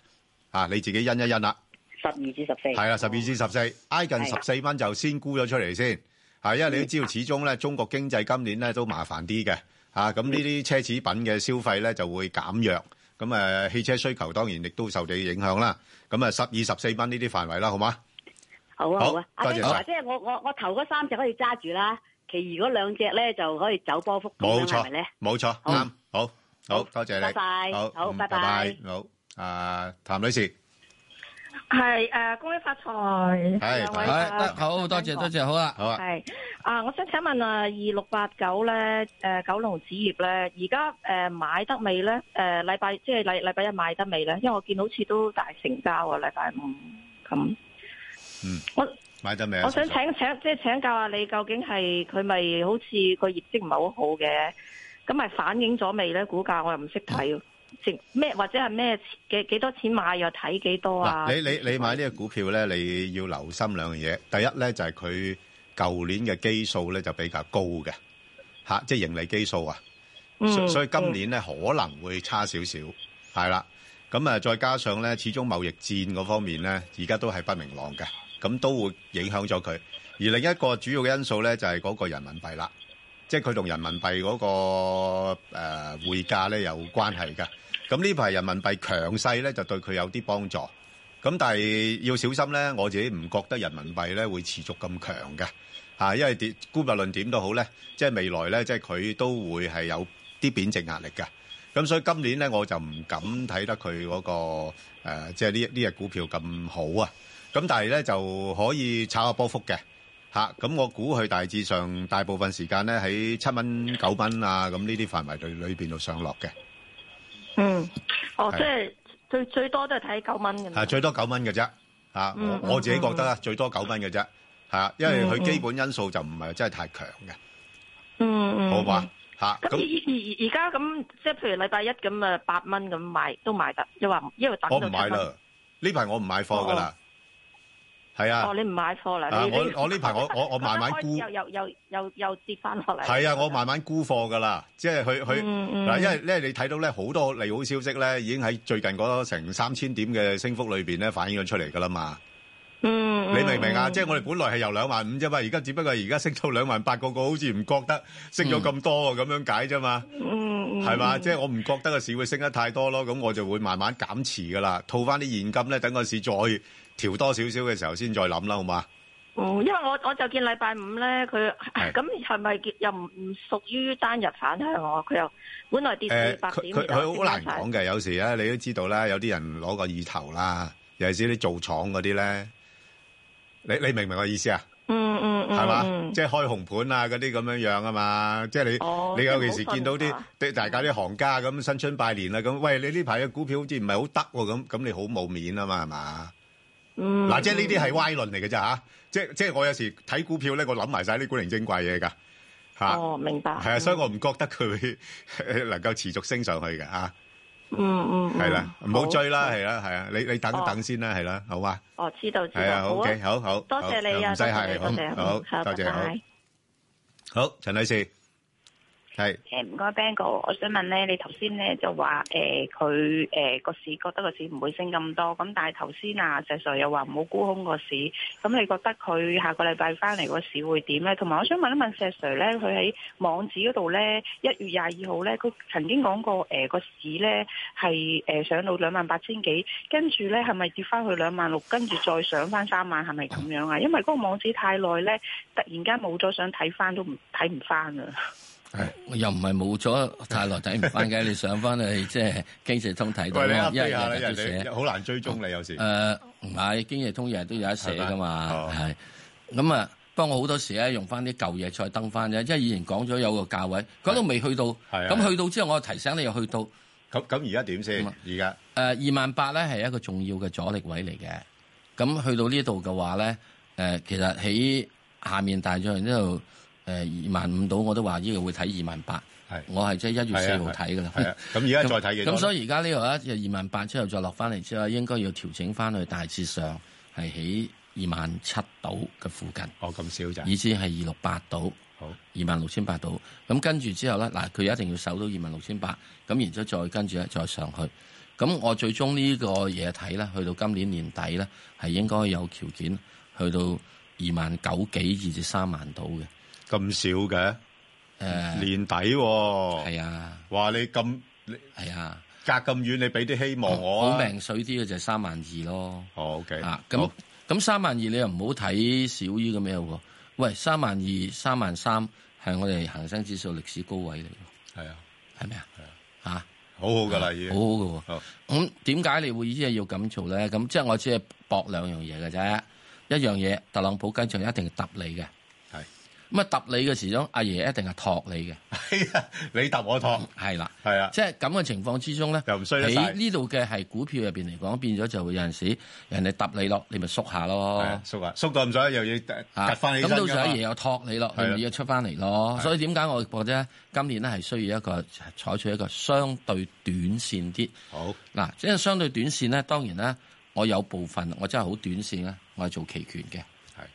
S3: 啊，你自己因一因啦。
S4: 十二至十四，
S3: 係啦，12至14，挨近
S4: 係。
S3: 14蚊就先沽咗出嚟先。係，因為你都知道，始終呢，中國經濟今年呢，都麻煩啲嘅。啊，咁呢啲奢侈品嘅消費呢，就會減弱。咁，呃，汽車需求當然亦都受到影響啦。咁，呃，12 14蚊呢啲範圍啦，好嗎？好，
S4: 好啊
S3: 好
S4: 好啊，阿
S3: 多謝
S4: Ben
S3: 晒
S4: Sir，即係我我我頭嗰三隻可以揸住啦，其餘嗰兩隻咧就可以走波幅咁樣，
S3: 冇錯，
S4: 係咪咧？
S3: 冇錯，
S4: 好。
S3: 啱，好，好，
S4: 好，
S3: 多謝你。
S4: 拜拜，
S3: 好，
S4: 好，
S3: 嗯，
S4: 拜拜。
S3: 拜拜，好，啊，譚女士，
S5: 系诶，呃恭喜發
S3: 係
S5: 財！兩位
S3: 係
S2: 係
S5: 啊
S2: 得好多謝多。謝，好啦。
S3: 好啊，
S5: 係啊，我想請問啊，二六八九咧，诶，九龍紙業咧，而家诶買得未咧？诶，禮拜即係禮禮拜一買得未咧？因為我見好似都大成交啊，禮拜五咁。
S3: 買得未啊，
S5: 我想
S3: 陳叔？
S5: 請請即係請教下你，究竟係佢咪好似個業績唔係好好嘅？咁咪反映咗未咧？股價我又唔識睇喎，值咩或者係咩幾幾多錢買又睇幾多啊？
S3: 嗱，你-你-你買呢個股票呢，你要留心兩樣嘢。第一呢，就係佢舊年嘅基數呢，就比較高嘅，吓，即係盈利基數啊。
S5: 嗯
S3: 所-
S5: 嗯
S3: 呃呃所以今年呢，可能會差少少，係啦。咁啊，再加上呢，始終貿易戰嗰方面呢，而家都係不明朗嘅。咁都會影響咗佢。而另一個主要嘅因素呢，就係嗰個人民幣啦。即係佢同人民幣嗰個，呃，匯價呢，有關係嘅。咁呢排人民幣強勢呢，就對佢有啲幫助。咁但係要小心呢，我自己唔覺得人民幣呢會持續咁強嘅。啊，因為啲-估唔論點都好呢，即係未來呢，即係佢都會係有啲貶值壓力嘅。咁所以今年咧，我就唔敢睇得佢嗰、個、呃、即係呢呢只股票咁好啊。咁但係咧就可以炒下波幅嘅嚇。咁、我估佢大致上大部分時間咧喺七蚊九蚊啊，咁呢啲範圍裏裏邊度上落嘅。
S5: 嗯，哦，
S3: 係
S5: 即係最最多都係睇九蚊咁樣。
S3: 係啊最多九蚊嘅啫。嚇、
S5: 嗯
S3: 我我自己覺得啦，
S5: 嗯
S3: 最多九蚊嘅啫。嚇，因為
S5: 嗯
S3: 佢
S5: 嗯
S3: 基本因素就唔係真係太強嘅，
S5: 嗯嗯，
S3: 好嘛？嚇
S5: 嗯。咁而
S3: 咁
S5: 而而而家咁，即係譬如禮拜一咁啊，八蚊咁買都買得，因為因為等
S3: 我
S5: 到
S3: 唔買
S5: 七蚊。
S3: 啦，呢排我唔買貨噶啦，係啊
S5: 哦，。你唔買貨啦？
S3: 啊
S5: 你
S3: 我
S5: 你
S3: 我呢排我我我慢慢
S5: 覺得開始
S3: 沽
S5: 又又又又又跌翻落嚟。
S3: 係啊，我慢慢沽貨㗎啦，即係佢佢
S5: 嗯嗯
S3: 嗱，因為咧你睇到咧好多利好消息咧，已經喺最近嗰成三千點嘅升幅裏邊咧反映咗出嚟㗎啦嘛。
S5: 嗯，
S3: 你明唔明啊？
S5: 嗯
S3: 即係我哋本來係由兩萬五啫嘛，而家只不過而家升到兩萬八，個個好似唔覺得升咗咁多喎，咁樣解啫嘛，
S5: 嗯嗯
S3: 係嘛？即係我唔覺得個市會升得太多咯，咁我就會慢慢減持㗎啦，套翻啲現金咧，等個市再調多少少嘅時候先再諗啦，好嘛？
S5: 嗯，因為我我就見禮拜五咧，佢
S3: 係
S5: 咁係咪又唔唔屬於單日反向喎？佢又本來跌
S3: 誒
S5: 四百
S3: 佢
S5: 點，
S3: 佢
S5: 然後
S3: 佢好
S5: 跌
S3: 難
S5: 返晒
S3: 講嘅，有時咧你都知道啦，有啲人攞個意頭啦，尤其是啲做廠嗰啲咧，你你明唔明我意思啊？
S5: 嗯嗯嗯，
S3: 係嘛
S5: 嗯？
S3: 即係開紅盤啊嗰啲咁樣樣啊嘛，即係你、
S5: 哦
S3: 你
S5: 即係
S3: 尤其是
S5: 唔好
S3: 見到
S5: 信
S3: 啲
S5: 啊
S3: 啲大家啲行家咁新春拜年啦咁，喂你呢排嘅股票好似唔係好得喎咁，咁你好冇面啊嘛係嘛？
S5: 嗯
S3: 嗱，即係呢啲係歪論嚟嘅啫嚇，即係即係我有時睇股票咧，我諗埋晒啲古靈精怪嘢㗎嚇。
S5: 哦，明白。
S3: 係啊，所以我唔覺得佢能夠持續升上去嘅啊。
S5: 嗯嗯，嗯
S3: 係啦，唔好追啦，
S5: 好
S3: 係啦，係啊，你你等
S5: 哦
S3: 等先啦，係啦，好嘛，
S5: 哦，知道知
S3: 係啊
S5: 道，好
S3: ，OK，
S5: 啊，
S3: 好好，
S5: 多謝你啊，
S3: 唔使
S5: 多謝
S3: 客
S5: 你，
S3: 氣，
S5: 多謝，
S3: 好，好，
S5: 好
S3: 多謝，
S5: 拜拜
S3: 好，好，陳女士，係
S6: 誒唔該 Bang 哥，我想問咧，你頭先咧就話誒佢誒個市覺得個市唔會升咁多，咁但係頭先啊石 Sir 又話唔好沽空個市，咁你覺得佢下個禮拜翻嚟個市會點咧？同埋我想問一問石 Sir 咧，佢喺網址嗰度咧，一月廿二號咧，佢曾經講過誒個市咧係誒上到兩萬八千幾，跟住咧係咪跌翻去兩萬六，跟住再上翻三萬，係咪咁樣啊？因為嗰個網址太耐咧，突然間冇咗，想睇翻都唔睇唔翻啊！
S2: 又唔係冇咗太耐睇唔翻嘅，你上翻去即係經濟通睇到啊
S3: 喂，你
S2: 咯，一
S3: update
S2: 日
S3: 下啦，
S2: 日日
S3: 人
S2: 都寫
S3: 哋。好難追蹤你有時，
S2: 誒唔係經濟通日日都有得寫噶嘛，
S3: 係
S2: 係咁啊。不過我好多時咧用翻啲舊嘢再登翻啫，因為以前講咗有個價位，講到未去到，
S3: 係
S2: 咁去到之後我提醒你又去到誒
S3: 咁咁而家點先？
S2: 咁啊
S3: 而家
S2: 二萬八咧係一個重要嘅阻力位嚟嘅。咁去到呢度嘅話咧，誒、其實喺下面大約呢度呃誒二萬五到我都話呢個會睇二萬八，
S3: 係
S2: 我係即係一月四號睇㗎啦。
S3: 係啊，咁而家再睇幾多？
S2: 咁所以而家呢度咧就二萬八之後再落翻嚟之後，應該要調整翻去大致上係喺二萬七度嘅附近，
S3: 哦咁少咋？
S2: 以至係二六八度。
S3: 好
S2: 二萬六千八度，咁跟住之後咧，嗱佢一定要守到二萬六千八，咁然之後再跟住咧再上去。咁我最終呢個嘢睇咧，去到今年年底咧，係應該有條件去到二萬九幾二至三萬度嘅。
S3: 咁少嘅
S2: 誒、
S3: 年底喎，
S2: 係啊，
S3: 哇！你咁你
S2: 係啊，
S3: 隔咁遠，你俾啲希望我啊
S2: 好命水啲嘅就係三萬二咯。
S3: 哦，OK，
S2: 啊，
S3: 好
S2: 咁咁三萬二你又唔好睇少於咁樣喎。喂，三萬二、三萬三係我哋恒生指數歷史高位嚟喎，
S3: 係啊，
S2: 係咪啊？嚇，
S3: 好好噶啦，已經
S2: 好好
S3: 好
S2: 嘅喎。咁點解你會依家要咁做咧？咁即係我只係搏兩樣嘢嘅啫。一樣嘢，特朗普跟住一定揼你嘅。
S3: 係
S2: 咁啊，揼你嘅時鐘，阿爺一定係托你嘅。
S3: 係啊，你揼我托，
S2: 係啦。
S3: 係啊，
S2: 即係咁嘅情況之中咧，
S3: 又唔衰得晒
S2: 喺呢度嘅係股票入邊嚟講，變咗就會有陣時人哋揼你落，你咪縮下
S3: 係
S2: 咯。
S3: 啊縮啊，縮到咁上下又要突
S2: 啊
S3: 突翻起
S2: 咁
S3: 身
S2: 到時
S3: 㗎
S2: 阿
S3: 嘛
S2: 爺又托你咯，你
S3: 係啊
S2: 咪要出翻嚟咯。
S3: 係
S2: 所以點解我覺得今年咧係需要一個採取一個相對短線啲
S3: 好
S2: 嗱，即係相對短線咧，當然啦，我有部分我真係好短線咧，我係做期權嘅，
S3: 係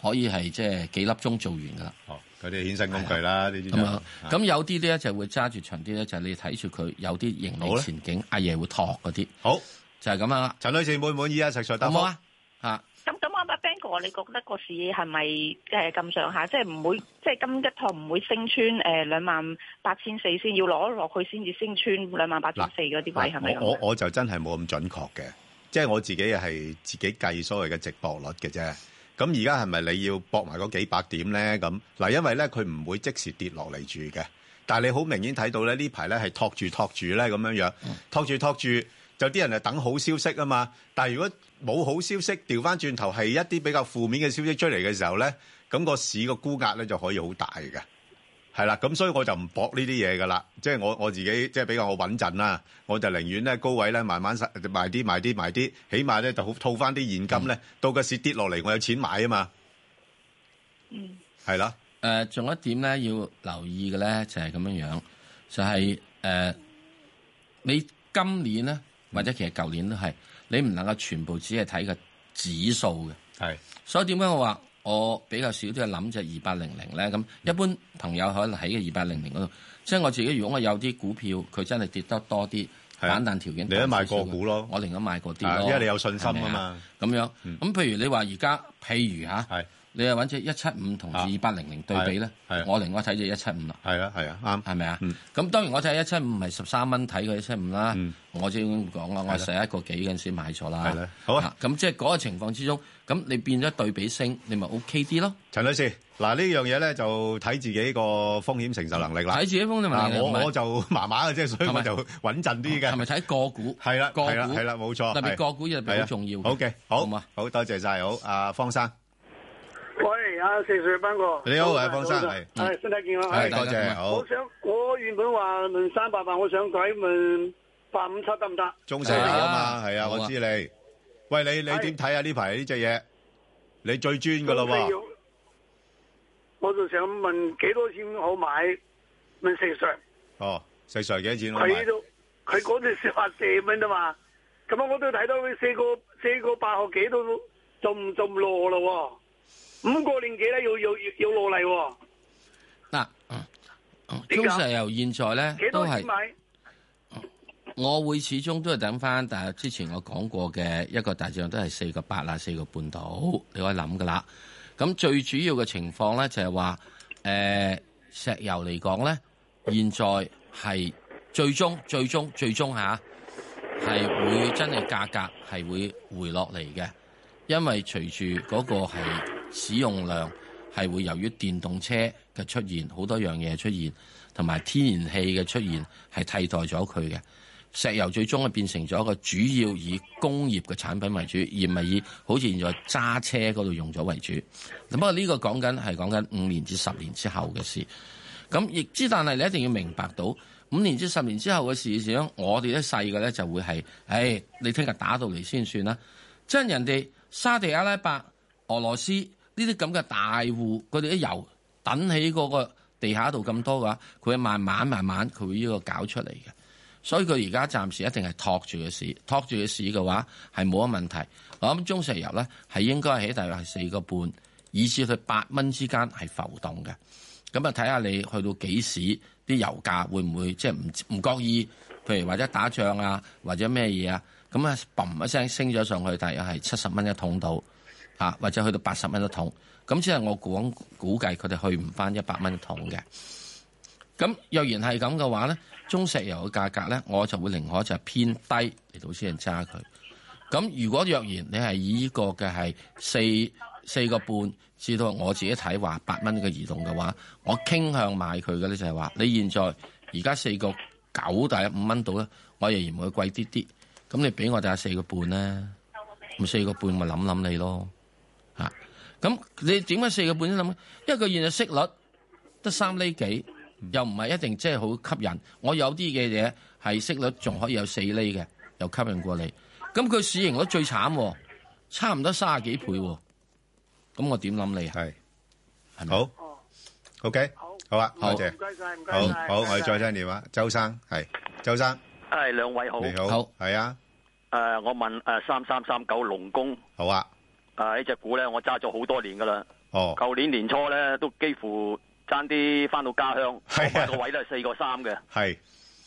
S2: 可以係即係幾粒鐘做完噶啦。
S3: 哦，嗰啲衍生工具啦，呢啲就
S2: 咁啊，
S3: 啊
S2: 咁有啲咧就會揸住長啲咧，就係你睇住佢有啲盈
S3: 好
S2: 利
S3: 咧
S2: 前景，阿爺會托嗰啲，
S3: 好，
S2: 就係咁樣啦，
S3: 陳女士滿唔滿意啊？石 Sir
S2: 好
S3: 答
S2: 唔好
S3: 覆
S2: 啊？嚇！
S6: 咁咁啱啊，Bang 哥，你覺得個市係咪誒咁上下，即係唔會，即係今一趟唔會升穿誒兩萬八千四先，要攞落去先至升穿兩萬八千四嗰啲位係咪
S3: 我我
S6: 咁？
S3: 我就真係冇咁準確嘅，即係我自己係自己計所謂嘅值博率嘅啫。咁而家係咪你要搏埋嗰幾百點咧？咁嗱，因為咧佢唔會即時跌落嚟住嘅，但係你好明顯睇到咧呢排咧係托住托住咧咁樣樣，托住托住就啲人係等好消息啊嘛。但係如果冇好消息，調翻轉頭係一啲比較負面嘅消息出嚟嘅時候咧，咁個市個沽壓咧就可以好大嘅。係啦，咁所以我就唔搏呢啲嘢噶啦，即係我我自己即係比較我穩陣啦，我就寧願咧高位咧慢慢實賣啲賣啲賣啲，起碼咧就好套翻啲現金咧，到個市跌落嚟我有錢買啊嘛，
S6: 嗯，
S3: 係啦，
S2: 誒，仲有一點咧要留意嘅咧，就係咁樣樣，就係、誒、你今年咧，或者其實舊年都係，你唔能夠全部只係睇個指數嘅。
S3: 係
S2: 所以點解我話我比較少都係諗就二八零零咧？咁
S3: 嗯
S2: 一般朋友可能喺嘅二八零零嗰度，即係我自己如果我有啲股票佢真係跌得多啲，
S3: 係啊
S2: 反彈條件
S3: 你都
S2: 大
S3: 買
S2: 少少
S3: 個
S2: 嘅
S3: 股咯
S2: 我寧願買嗰啲
S3: 啊
S2: 咯，
S3: 因為你有信心啊
S2: 係咪
S3: 嘛，
S2: 咁樣
S3: 嗯
S2: 咁譬如你話而家譬如嚇。
S3: 係啊
S2: 你又揾只一七五同二八零零對比咧
S3: 係係，
S2: 我另外睇只一七五啦，
S3: 係啊係啊啱，
S2: 係咪啊
S3: 嗯？
S2: 咁當然我睇一七五唔係十三蚊睇佢一七五啦
S3: 嗯，
S2: 我即係咁講啦，我係十一個幾嗰陣時買咗
S3: 係
S2: 啦
S3: 啦。好啊，
S2: 咁即係嗰個情況之中，咁你變咗對比升，你咪 OK 啲咯。
S3: 陳女士嗱呢樣嘢咧就睇自己個風險承受能力啦
S2: 睇，自己風你
S3: 啊
S2: 咪
S3: 我我就 麻麻嘅啫，所以我
S2: 係咪
S3: 就穩陣啲
S2: 係咪
S3: 嘅，
S2: 睇個股？
S3: 係啦
S2: 個股
S3: 係啦係啦冇錯，
S2: 特別
S3: 係
S2: 個股入
S3: 係
S2: 邊
S3: 啊
S2: 好重要嘅。
S3: 好嘅，好
S2: 好嘛
S3: 好多謝晒，好啊方生。
S7: 喂，阿四歲班哥，
S3: 你好
S7: 早晨
S3: 啊方生
S7: 早晨
S3: 係
S7: 係哎身體健康，
S3: 係
S2: 大
S7: 係
S2: 家
S3: 多謝，
S2: 咁啊
S3: 好
S7: 我想我原本話問三百八，我想改問八五七得唔得？
S3: 中石油啊嘛，
S2: 係啊
S3: 係啊，
S2: 好啊
S3: 我知你。喂，你你
S7: 係
S3: 點睇啊？呢排呢只嘢，你最專噶啦喎，，
S7: 我就想問幾多錢好買？問四歲，
S3: 哦，石 Sir 幾多錢好買？
S7: 佢都佢嗰陣時話四蚊啊嘛，咁啊我都睇到佢四個四個八毫幾都仲仲落咯喎，五個零幾咧要要要要落嚟喎，
S2: 嗱，嗯嗯
S7: 點
S2: 中
S7: 解
S2: 石油現在
S7: 幾
S2: 咧都
S7: 多錢
S2: 係。
S7: 買？
S2: 我會始終都係等翻，但係之前我講過嘅一個大致上都係四個八啦，四個半度，你可以諗噶啦。咁最主要嘅情況咧就係話，誒、石油嚟講咧，現在係最終最終最終嚇係、會真係價格係會回落嚟嘅，因為隨住嗰個係使用量係會由於電動車嘅出現，好多樣嘢出現，同埋天然氣嘅出現係替代咗佢嘅。石油最終係變成咗一個主要以工業嘅產品為主，而唔係以好似現在揸車嗰度用咗為主。不過呢個講緊係講緊五年至十年之後嘅事。咁亦之，但係你一定要明白到五年至十年之後嘅事，始終我哋啲細嘅咧就會係，唉，你聽日打到嚟先算啦。即係人哋沙地阿拉伯、俄羅斯呢啲咁嘅大戶，佢哋啲油等起嗰個地下度咁多嘅話，佢會慢慢慢慢佢會呢個搞出嚟嘅。所以佢而家暫時一定係托住嘅市，托住嘅市嘅話係冇乜問題。我諗中石油咧係應該喺大約係四個半，以至佢八蚊之間係浮動嘅。咁啊，睇下你去到幾時啲油價會唔會即係唔唔覺意，譬如或者打仗啊，或者咩嘢啊，咁啊，嘣一聲升咗上去，大約係七十蚊一桶度嚇，或者去到八十蚊一桶。咁即係我估估計佢哋去唔翻一百蚊一桶嘅。咁若然係咁嘅話咧，中石油嘅價格咧，我就會寧可就係偏低嚟到先揸佢。咁如果若然你係以呢個嘅係四四個半至到我自己睇話八蚊嘅移動嘅話，我傾向買佢嘅咧就係話，你現在而家四個九大約五蚊到咧，我仍然會貴啲啲。咁你俾我哋下四個半咧，咁四個半咪諗諗你咯嚇。咁你點解四個半先諗？因為佢現在息率得三厘幾。又唔係一定即係好吸引。我有啲嘅嘢係息率仲可以有四厘嘅，又吸引過你。咁佢市盈率最慘喎，差唔多三十幾倍喎。咁我點諗你啊？
S3: 係，
S2: 係咪
S3: 好，OK，
S7: 好
S3: 好啊，
S2: 好
S3: 多謝
S7: 唔，該晒，唔該
S3: 好
S7: 晒
S3: 好，我
S7: 唔該
S3: 哋
S7: 晒
S3: 再聽電話，周生係，周生
S8: 诶，两位好。
S3: 你
S8: 诶、
S3: 好
S2: 好，
S3: 係啊，
S8: 我问诶三三三九龙工
S3: 好啊，
S8: 诶呢只股咧，我揸咗好多年噶啦。
S3: 哦，
S8: 旧年年初咧，都幾乎爭啲翻到家鄉，
S3: 係啊
S8: 我買個位都係四個三嘅。
S3: 係，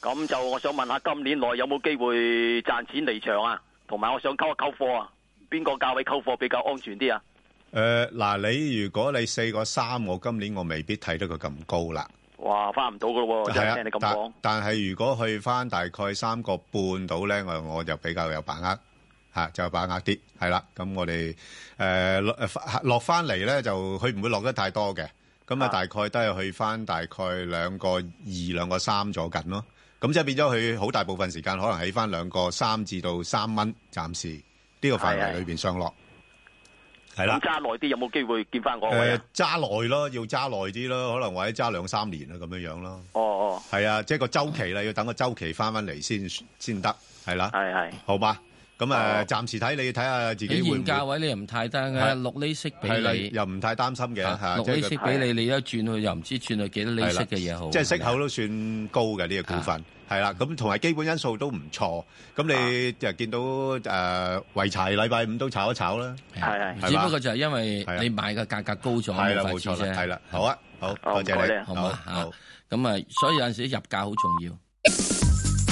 S8: 咁就我想問下，今年內有冇機會賺錢離場啊？同埋我想溝一溝貨啊，邊個價位溝貨比較安全啲啊？
S3: 誒嗱，你如果你四個三，我今年我未必睇得佢咁高啦。
S8: 哇，翻唔到噶咯喎！真
S3: 係
S8: 哦係
S3: 啊，
S8: 聽你咁
S3: 但-
S8: 講，
S3: 但係如果去返大概3.5到呢，我-我就比較有把握，嚇，就有把握啲，係啦。咁我哋，誒，落-落返嚟呢，就-佢唔會落得太多嘅。咁啊，
S8: 啊。
S3: 大概都係去返大概2.2 2.3左緊咯。咁即係變咗佢好大部分時間可能喺返2.3至到3蚊，暫時呢個範圍
S8: 係，係。
S3: 裏邊上落。係啦。
S8: 咁揸耐啲有冇機會見翻個位啊？
S3: 誒，揸耐咯，要揸耐啲咯，可能或者揸兩三年啊，咁樣樣咯。
S8: 哦哦，
S3: 系啊，即係個周期啦，要等個周期翻翻嚟先先得，係啦，
S8: 係係。
S3: 好嘛？咁啊，
S8: 哦
S3: 暫時睇你睇下自己
S2: 你
S3: 會唔
S2: 現價
S3: 會
S2: 位你又唔太低嘅，
S3: 係
S2: 六厘息俾
S3: 係啦，
S2: 你，
S3: 又唔太擔心嘅
S2: 啊
S3: 嚇，
S2: 六
S3: 即
S2: 厘
S3: 係
S2: 息
S3: 佢
S2: 俾你，你一轉去又唔知轉去幾多厘息
S3: 係啦
S2: 嘅嘢好。
S3: 即係息
S2: 係
S3: 口
S2: 咪
S3: 都算高嘅呢個股份，係啦，咁同埋基本因素都唔錯，咁你就見到誒維柴禮拜五都炒一炒啦，
S2: 啊
S8: 係
S3: 係
S2: 只不過就係因為
S3: 係啊
S2: 你買嘅價格高咗，
S3: 係啦，
S2: 冇
S3: 冇
S2: 法
S3: 錯
S2: 子啫
S3: 啦，係啦，好啊，好
S8: 好
S3: 多
S8: 唔該
S3: 謝
S8: 你
S3: 你，
S8: 啊
S2: 好
S3: 好
S2: 嘛嚇
S3: 好。。
S2: 咁啊，所以有陣時入價好重要。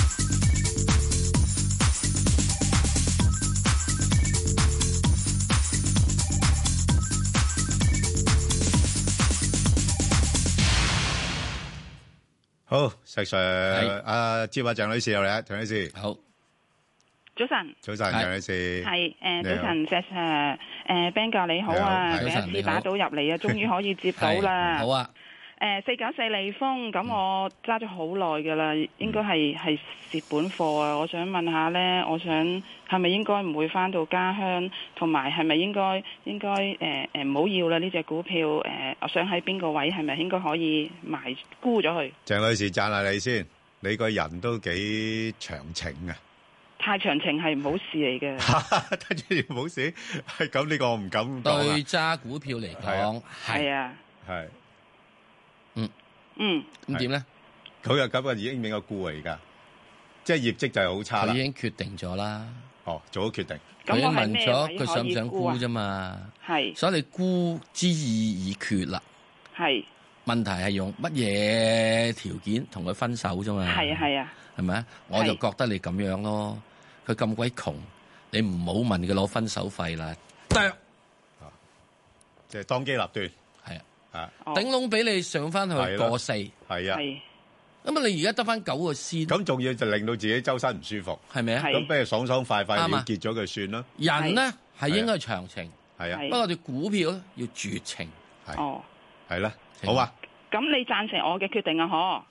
S3: 好，石 Sir，
S2: 係
S3: 啊，接下鄭女士又嚟啊，鄭女士，
S2: 好，
S6: 早晨，
S3: 早晨，
S2: 係
S3: 鄭女士，
S6: 係誒
S3: 你好
S6: 早晨石 Sir，誒 Ben 教你好啊，
S3: 你
S2: 好早
S6: 第
S2: 晨
S6: 一
S2: 你
S6: 次
S2: 好
S6: 打到入嚟啊，終於可以接到
S2: 係
S6: 啦
S2: 好。啊，
S6: 誒呃四九四利豐，
S2: 嗯
S6: 咁我揸咗好耐㗎啦，應該係係蝕本貨啊！我想問下呢，我想係咪應該唔會翻到家鄉，同埋係咪應該應該誒誒唔好要啦呢只股票誒、我想喺邊個位係咪應該可以賣沽咗佢？
S3: 鄭女士讚下你先，你個人都幾長 情啊！
S6: 太長情係唔好事嚟嘅。
S3: 跟住冇事，係 咁呢個我唔敢講
S2: 對
S3: 啊。
S2: 揸股票嚟講
S6: 係
S2: 係
S6: 啊，
S3: 係
S6: 嗯，
S2: 咁點咧？
S3: 佢又咁啊，已經變個沽嚟㗎。即係業績就係好差
S2: 佢
S3: 啦
S2: 已。經決定咗啦。
S3: 哦，做好決定。
S6: 咁
S2: 佢已經
S6: 我係
S2: 問
S6: 咩
S2: 咗
S6: 位
S2: 佢想
S6: 可
S2: 唔
S6: 以
S2: 想
S6: 沽
S2: 沽
S6: 啊？
S2: 啫嘛。
S6: 係
S2: 所以你沽之意已決啦。
S6: 係
S2: 問題係用乜嘢條件同佢分手啫嘛？
S6: 係啊係啊，
S2: 係咪啊？我就覺得你咁樣咯，佢咁鬼窮，你唔好問佢攞分手費啦，
S3: 即係當機立斷。
S2: 係啊，
S3: 啊，
S6: 哦
S2: 頂籠俾你上翻去
S3: 係啦
S2: 個四，咁
S3: 係啊。
S6: 係
S2: 啊你而家得翻九個先，
S3: 咁仲要就令到自己周身唔舒服。
S2: 係咪啊
S6: 係？
S3: 咁不如爽爽快快了
S2: 啱啊
S3: 結咗佢算啦。
S2: 人咧係應該係長情，
S3: 係啊，
S2: 不
S6: 係
S2: 過我哋股票咧要絕情，
S6: 哦。
S3: 係啦，
S2: 係
S3: 好啊，
S6: 咁你贊成我嘅決定啊？嗬，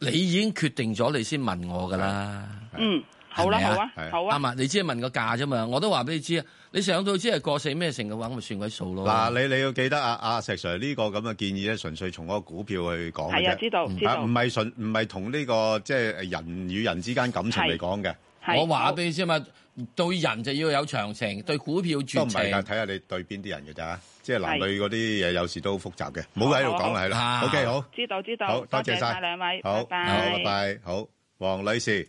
S2: 你已經決定咗，你先問我噶啦。
S6: 嗯，好啦，
S2: 係咪啊
S6: 好啊
S3: 係，
S6: 好啊，
S2: 啱啊！你只係問個價啫嘛，我都話俾你知啊。你上到只係過四咩成嘅話，咁咪算鬼數咯。
S3: 嗱，你你要記得啊，阿石 Sir 呢個咁嘅建議咧，純粹從嗰個股票去講嘅
S6: 係啊，
S3: 啫
S6: 知。道
S2: 嗯
S6: 知
S3: 啊，
S6: 道
S3: 唔，係純唔係同呢個即係呃人與人之間感情嚟講嘅，
S6: 係
S2: 我話俾你知嘛，對人就要有長情，對股票
S3: 都
S2: 絕
S3: 唔係㗎，
S2: 情。
S3: 睇下你對邊啲人嘅咋，即係男女嗰啲嘢有時都好複雜嘅，唔好喺度講啦，係啦
S2: 好
S3: ，OK 好，
S6: 知道知
S3: 好
S6: 道，
S3: 多
S6: 多
S3: 謝
S6: 謝
S3: 晒
S6: 晒兩位，
S3: 好，好，拜拜，好，黃女士，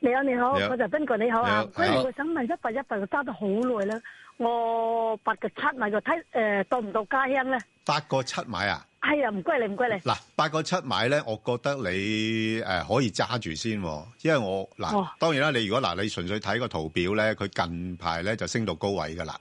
S9: 你好，你好，
S3: 你好
S9: 我就邊個你好啊
S3: 你
S9: 嗰
S3: 好？
S2: 你好
S9: 日我想問一八一八，我揸咗好耐啦，我八個七買咗，睇誒到唔到家鄉咧？
S3: 八個七買啊，
S9: 係啊，唔該你，唔該你。
S3: 嗱，八個七買咧，我覺得你誒呃可以揸住先喎，因為我嗱
S9: 哦
S3: 當然啦，你如果嗱你純粹睇個圖表咧，佢近排咧就升到高位㗎啦。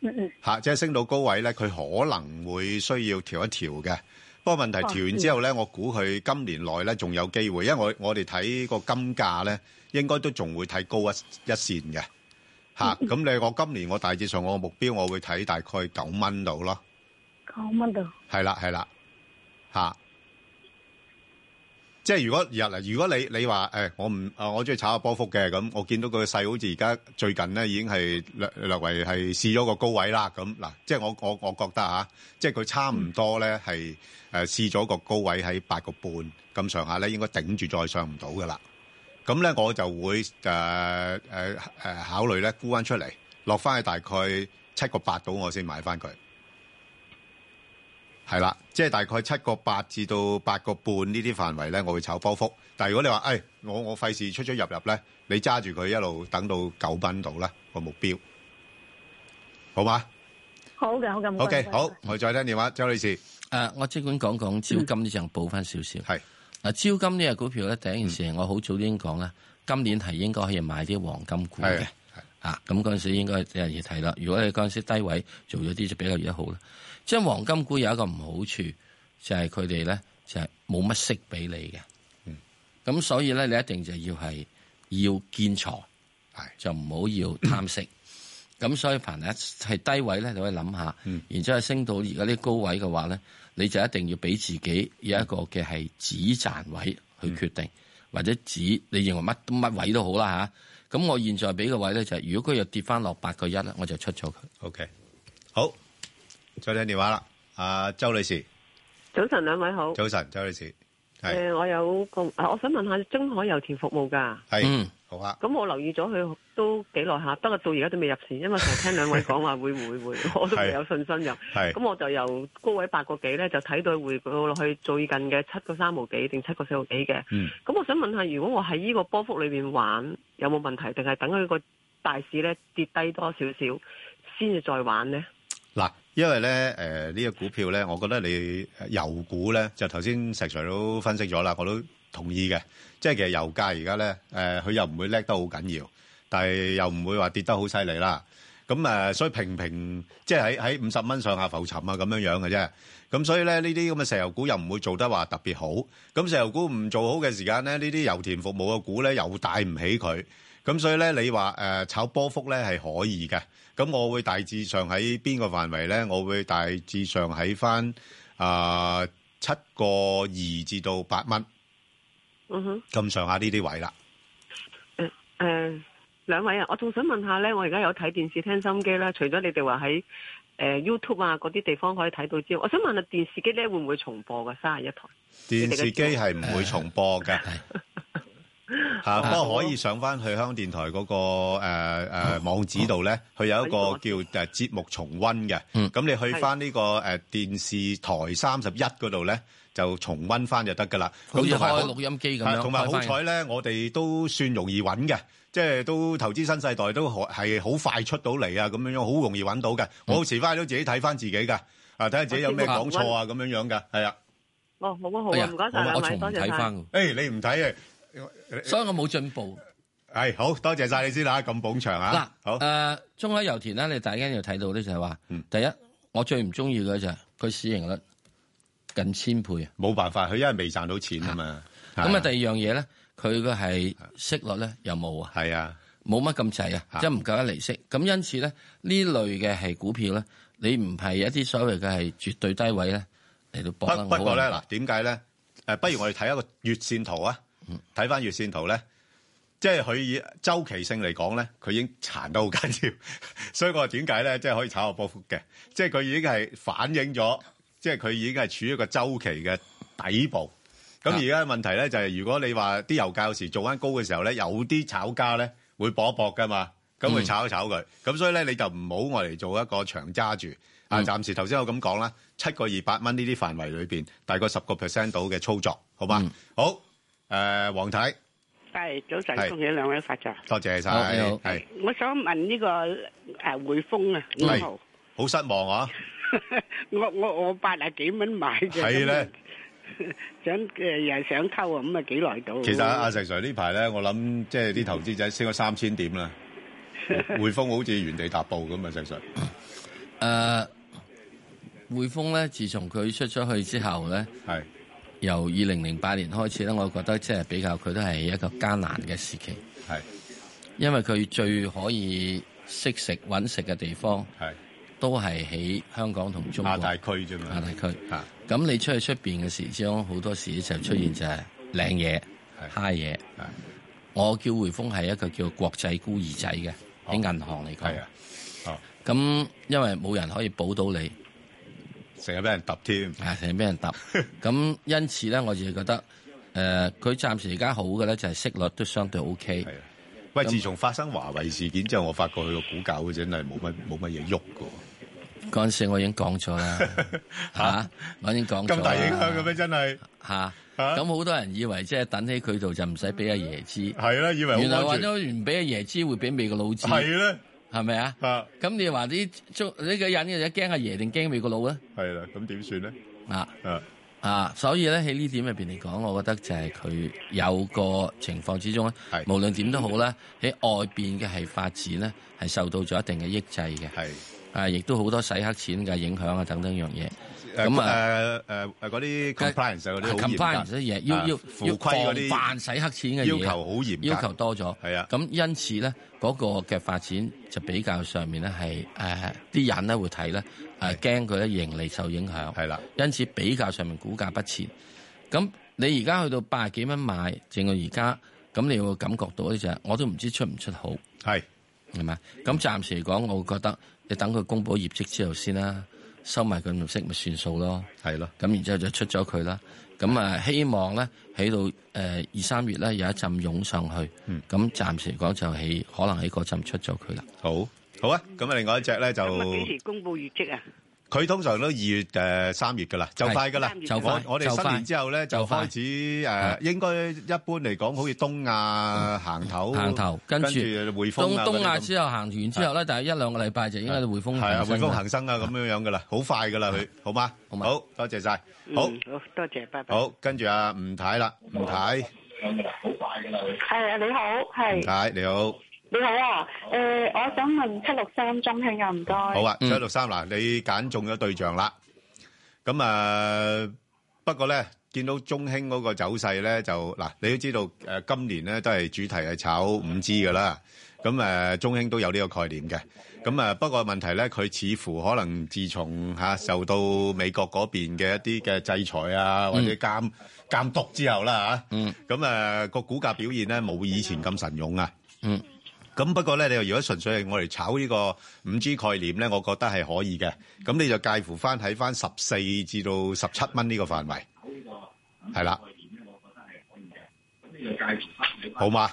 S9: 嗯嗯，
S3: 嚇，即係升到高位咧，佢可能會需要調一調嘅。不過問題
S9: 哦
S3: 調完之後咧，我估佢今年內咧仲有機會，因為我我哋睇個金價咧，應該都仲會睇高一一線嘅嚇。咁你我今年我大致上我目標我會睇大概九蚊到咯，
S9: 九蚊度。
S3: 係啦係啦嚇。即係如果日嗱，如果你你話誒、我唔啊，我中意炒下波幅嘅咁，我見到佢個勢好似而家最近咧已經係略略為係試咗個高位啦。咁嗱，即係我我我覺得嚇、即係佢差唔多咧係誒試咗個高位喺八個半咁上下咧，應該頂住再上唔到噶啦。咁咧我就會誒誒誒考慮咧沽翻出嚟，落翻去大概七個八到我先買翻佢。係啦，即係大概七個八至到八個半呢啲範圍咧，我會炒波幅。但係如果你話，誒、哎我我費事出出入入咧，你揸住佢一路等到九蚊度啦個目標，好嘛
S9: 好嘅，好嘅，唔該
S3: ？OK，
S9: 唔該
S3: 好，我再聽電話，周女士，
S2: 誒，呃我即管講講招金呢隻補翻少少。
S3: 嗯係嗯
S2: 嗱，招金呢只股票咧，第一件事我好早已經講啦，今年係應該可以買啲黃金股
S3: 係
S2: 嘅。啊，咁嗰陣時應該有人要睇啦。如果你嗰陣時低位做咗啲，就比較而家好啦。即係黃金股有一個唔好處，就係佢哋咧就係冇乜息俾你嘅。
S3: 嗯
S2: 咁所以咧，你一定就要係要建財
S3: 係，
S2: 就唔好要貪息。咁所以凡係係低位咧，你可以諗下，
S3: 嗯
S2: 然之後升到而家啲高位嘅話咧，你就一定要俾自己有一個嘅係止賺位去決
S3: 嗯
S2: 定，或者止你認為乜乜位都好啦吓，咁我現在俾個位咧就係、如果佢又跌翻落八個一咧，我就出咗佢。
S3: OK，好，再聽電話啦。阿周女士，
S10: 早晨，兩位好。
S3: 早晨，周女士，
S10: 誒、
S3: 係
S10: 我有個，啊我想問下中海油田服務㗎。
S3: 係
S2: 嗯，
S3: 好啊。
S10: 咁我留意咗佢都幾耐下，不過到而家都未入市，因為成日聽兩位講話會會會，我都未有信心入。
S3: 係
S10: 咁我就由高位八個幾咧，就睇到佢回報落去最近嘅七個三毫幾定七個四毫幾嘅。
S3: 嗯
S10: 咁我想問下，如果我喺呢個波幅裏面玩，有冇問題？定係等佢個大市咧跌低多少少先至再玩呢？
S3: 嗱，因為咧誒呢個股票咧，我覺得你呃油股咧，就頭先石 Sir 都分析咗啦，我都同意嘅。即係其實油價而家咧誒，佢又唔會叻得好緊要，但係又唔會話跌得好犀利啦。咁誒、呃所以平平即係喺喺五十蚊上下浮沉啊，咁樣樣嘅啫。咁所以咧，呢啲咁嘅石油股又唔會做得話特別好。咁石油股唔做好嘅時間咧，呢啲油田服務嘅股咧又帶唔起佢。咁所以咧，你話誒、呃炒波幅咧係可以嘅。咁我會大致上喺邊個範圍咧？我會大致上喺翻啊七個二至到八蚊
S10: 嗯哼。
S3: 咁上下呢啲位啦。
S10: 誒、兩位啊，我仲想問下呢，我而家有睇電視聽收音機啦，除咗你哋話喺誒 YouTube 啊嗰啲地方可以睇到之外，我想問下電視機呢會唔會重播㗎？三十一台
S3: 電視機係唔會重播嘅，嚇，不過可以上翻去香港電台嗰個誒誒網址度咧，佢有一個叫誒節目重温嘅。
S2: 嗯
S3: 咁你去翻呢個誒電視台三十一嗰度咧，就重温翻就得㗎啦。
S2: 好似
S3: 同埋
S2: 開
S3: 好
S2: 錄音機咁
S3: 係
S2: 樣，
S3: 啊同埋好
S2: 開返
S3: 彩
S2: 嘅
S3: 咧，我哋都算容易揾嘅，即係都投資新世代都可係好快出到嚟啊，咁樣樣好容易揾到嘅。我遲翻都自己睇翻自己㗎，啊睇下自己有咩講錯啊，咁樣樣㗎，係啊。
S10: 哦，好啊，好
S3: 哎
S10: 啊，
S3: 呀
S10: 唔該晒兩位，多謝晒。
S3: 誒，你唔睇嘅，
S2: 所以我冇進步。
S3: 係好多謝晒你先啦，咁捧場
S2: 嗱
S3: 啊！，好嗯
S2: 誒中海油田咧，你大家要睇到咧就係話，第一我最唔中意嘅就係佢市盈率近千倍啊，
S3: 冇辦法，佢因為未賺到錢啊嘛。
S2: 咁啊，第二樣嘢咧，佢嘅係息率咧又冇啊，
S3: 係啊，
S2: 冇乜咁滯啊，即係唔夠一厘息。咁因此咧，呢類嘅係股票咧，你唔係一啲所謂嘅係絕對低位咧嚟到
S3: 不
S2: 搏啦
S3: 不過咧，
S2: 我
S3: 嗱，點解咧？誒，不如我哋睇一個月線圖啊，睇翻月線圖咧，即係佢以周期性嚟講咧，佢已經殘得好緊要， 所以我話點解咧，即係可以炒個波幅嘅，即係佢已經係反映咗，即係佢已經係處於一個周期嘅底部。咁
S11: 啊
S3: 而家嘅問題咧就係、如果你話啲油價有時做翻高嘅時候咧，有啲炒家咧會搏一搏噶嘛，咁會
S12: 嗯
S3: 炒一炒佢。咁、所以咧你就唔好我嚟做一個長揸住。
S11: 嗯
S3: 啊，暫時頭先我咁講啦，七個二百蚊呢啲範圍裏邊，大概十個 percent 到嘅操作，好
S11: 嗯
S3: 嘛？好，誒、黃太，
S11: 系早晨
S3: 係，
S11: 恭喜兩位發財。
S3: 多謝晒，
S11: 好你好
S3: 係
S11: 我想問呢個诶匯豐啊，五
S3: 係
S11: 號，
S3: 好失望啊！
S11: 我我我八啊幾蚊買嘅，啊
S3: 係咧，
S11: 想诶又係想溝啊，咁啊幾耐到？
S3: 其實阿阿石 Sir 呢排咧，我諗即係啲投資者升咗三千點啦，匯豐好似原地踏步咁啊，石 Sir。
S2: 誒匯豐咧，自從佢出咗去之後咧，
S3: 係
S2: 由二零零八年開始咧，我覺得即係比較佢都係一個艱難嘅時期。
S3: 係
S2: 因為佢最可以識食揾食嘅地方，
S3: 係
S2: 都係喺香港同中國
S3: 亞太區啫嘛，
S2: 亞太區。
S3: 嚇
S2: 咁你出去出邊嘅時鐘，好多時就出現就係靚嘢、蝦嘢。我叫匯豐係一個叫國際孤兒仔嘅，
S3: 哦
S2: 喺銀行嚟
S3: 啊
S2: 講。咁因為冇人可以保到你，
S3: 成日俾人揼添，
S2: 啊，成日俾人 揼。咁因此咧，我就覺得，誒、呃佢暫時而家好嘅咧，就係息率都相對 O K。
S3: 啊喂，自從發生華為事件之後，我發覺佢個股價真係冇乜冇乜嘢喐嘅
S2: 嗰陣時我已經講 咗啦，嚇，我已經講咗
S3: 咁
S2: 啦。
S3: 大影響嘅咩？真係
S2: 嚇！咁好多人以為即係等喺佢度就唔使俾阿爺知，
S3: 係啦，以為好
S2: 原來
S3: 安
S2: 揾
S3: 全
S2: 咗唔俾阿爺知會俾美國佬知，
S3: 係啊啦，
S2: 係咪啊？咁你話啲中呢個人嘅驚阿爺定驚美國佬咧？
S3: 係啦，咁點算咧？
S2: 啊
S3: 啊
S2: 啊！所以咧喺呢點入邊嚟講，我覺得就係佢有個情況之中咧，無論點都好啦，喺外邊嘅係發展咧係受到咗一定嘅抑制嘅，
S3: 係
S2: 啊，亦都好多洗黑錢嘅影響啊等等樣嘢。
S3: 誒
S2: 咁啊。
S3: 誒誒誒嗰啲 compliance 啊嗰啲好嚴格
S2: compliance 啲嘢，要
S3: 啊
S2: 要
S3: 符
S2: 要
S3: 規嗰啲
S2: 防範洗黑錢嘅嘢
S3: 要求好嚴格
S2: 要求多咗。係啊，咁因此咧，嗰個嘅發展就比較上面咧係誒啲人咧會睇咧誒驚佢咧盈利受影響。
S3: 係啦，
S2: 因此比較上面股價不前。咁你而家去到八十幾蚊買，正到而家，咁你會感覺到咧就係我都唔知出唔出好。
S3: 係
S2: 係咪？咁暫時嚟講，我會覺得你等佢公佈業績之後先啦，收埋佢唔息咪算數咯。
S3: 係咯。
S2: 咁然之後就出咗佢啦。咁啊，希望咧喺到誒二三月咧有一陣湧上去。
S3: 嗯
S2: 咁暫時嚟講就喺可能喺嗰陣出咗佢啦。
S3: 好，好啊！咁啊，另外一隻咧就
S11: 咁啊幾時公佈業績啊？
S3: 佢通常都二月誒三月㗎啦，就快㗎啦。
S11: 就快
S3: 我我哋
S11: 就快
S3: 新年之後咧就
S2: 就快
S3: 開始誒，應該一般嚟講，好似東亞行頭，
S2: 行頭，跟住
S3: 哦匯
S2: 東
S3: 豐啊嗰
S2: 東亞
S3: 啲咁
S2: 之後行完之後咧，但係一兩個禮拜就應該匯豐
S3: 係啊，匯豐
S2: 啦
S3: 恒生啊，咁樣樣㗎啦，好快㗎啦，佢好嘛？好多謝晒，好
S11: 嗯好多謝，拜拜。
S3: 好，跟住阿吳太啦，吳太，
S13: 係啊，你好，
S3: 吳
S13: 係
S3: 太你好，
S13: 你好啊，誒，我想問七六三中興啊，唔該。
S3: 好啊，七六三嗱，你揀中咗對象啦。咁啊，不過咧，見到中興嗰個走勢咧，就嗱，你都知道誒，今年咧都係主題係炒五 G 噶啦。咁誒，中興都有呢個概念嘅。咁啊，不過問題咧，佢似乎可能自從嚇受到美國嗰邊嘅一啲嘅制裁啊，或者監監督之後啦嚇，咁啊個股價表現咧冇以前咁神勇啊。
S2: 嗯。
S3: 咁不過咧，你如果純粹係我哋炒呢個五 G 概念咧，我覺得係可以嘅。咁你就介乎翻喺翻十四至到十七蚊呢個範圍，係啦，好嘛？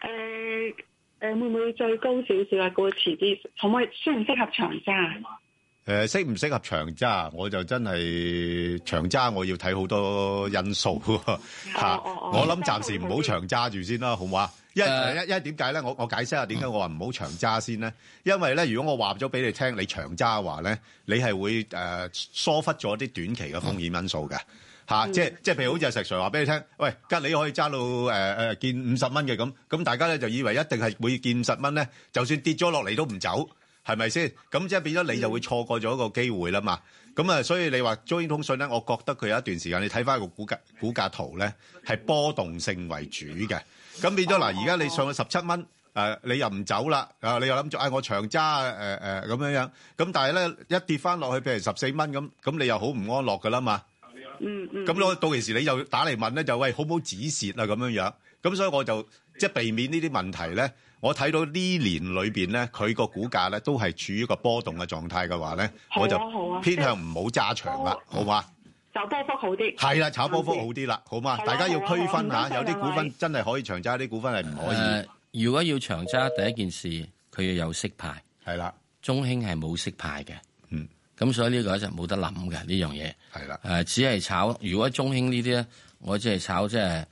S13: 誒誒，會唔會最高少少啊？過遲啲，可唔可以適唔適合長揸？
S3: 誒、誒適唔適合長揸，我就真係長揸，我要睇好多因素喎 嚇我諗暫時唔好長揸住先啦，好唔好啊？因為
S2: 誒
S3: 因因為點解咧？我我解釋下點解我話唔好長揸先咧？因為咧，如果我話咗俾你聽，你長揸嘅話咧，你係會誒、呃疏忽咗啲短期嘅風險因素嘅。嚇、即係即係譬如好似阿石 Sir 話俾你聽，喂，吉利可以揸到誒誒、呃見五十蚊嘅咁，咁大家咧就以為一定係會見五十蚊咧，就算跌咗落嚟都唔走，係咪先？咁即係變咗你就會錯過咗個機會啦嘛。咁啊，所以你話中英通訊咧，我覺得佢有一段時間你睇翻個股價股價圖咧，係波動性為主嘅。咁變咗嗱，而家你上到十七蚊，誒、呃你又唔走啦，啊你又諗住，唉、我長揸誒誒咁樣樣，咁但係咧一跌翻落去，譬如十四蚊咁，咁你又好唔安樂噶啦嘛。
S7: 嗯嗯
S3: 咁咯，到其時你又打嚟問咧，就喂好唔好止蝕啊咁樣樣。咁所以我就即係避免呢啲問題咧。我睇到呢年裏邊咧，佢個股價咧都係處於一個波動嘅狀態嘅話咧，
S13: 好啊
S3: 我就
S13: 好啊
S3: 偏向唔好揸長啦，好嘛？
S13: 就波幅好啲。
S3: 係啦，炒波幅好啲啦，好嘛
S13: 好？啊
S3: 大家要區分
S13: 好啊
S3: 下，有啲股份真係可以長揸，有啲股份係唔可以。
S2: 誒，呃如果要長揸，第一件事佢要有息牌，
S3: 係啦，
S2: 中興係冇息牌嘅，
S3: 嗯，
S2: 咁所以呢個就冇得諗嘅呢樣嘢，
S3: 係啦，
S2: 誒，只係炒，如果中興呢啲咧，我只係炒即係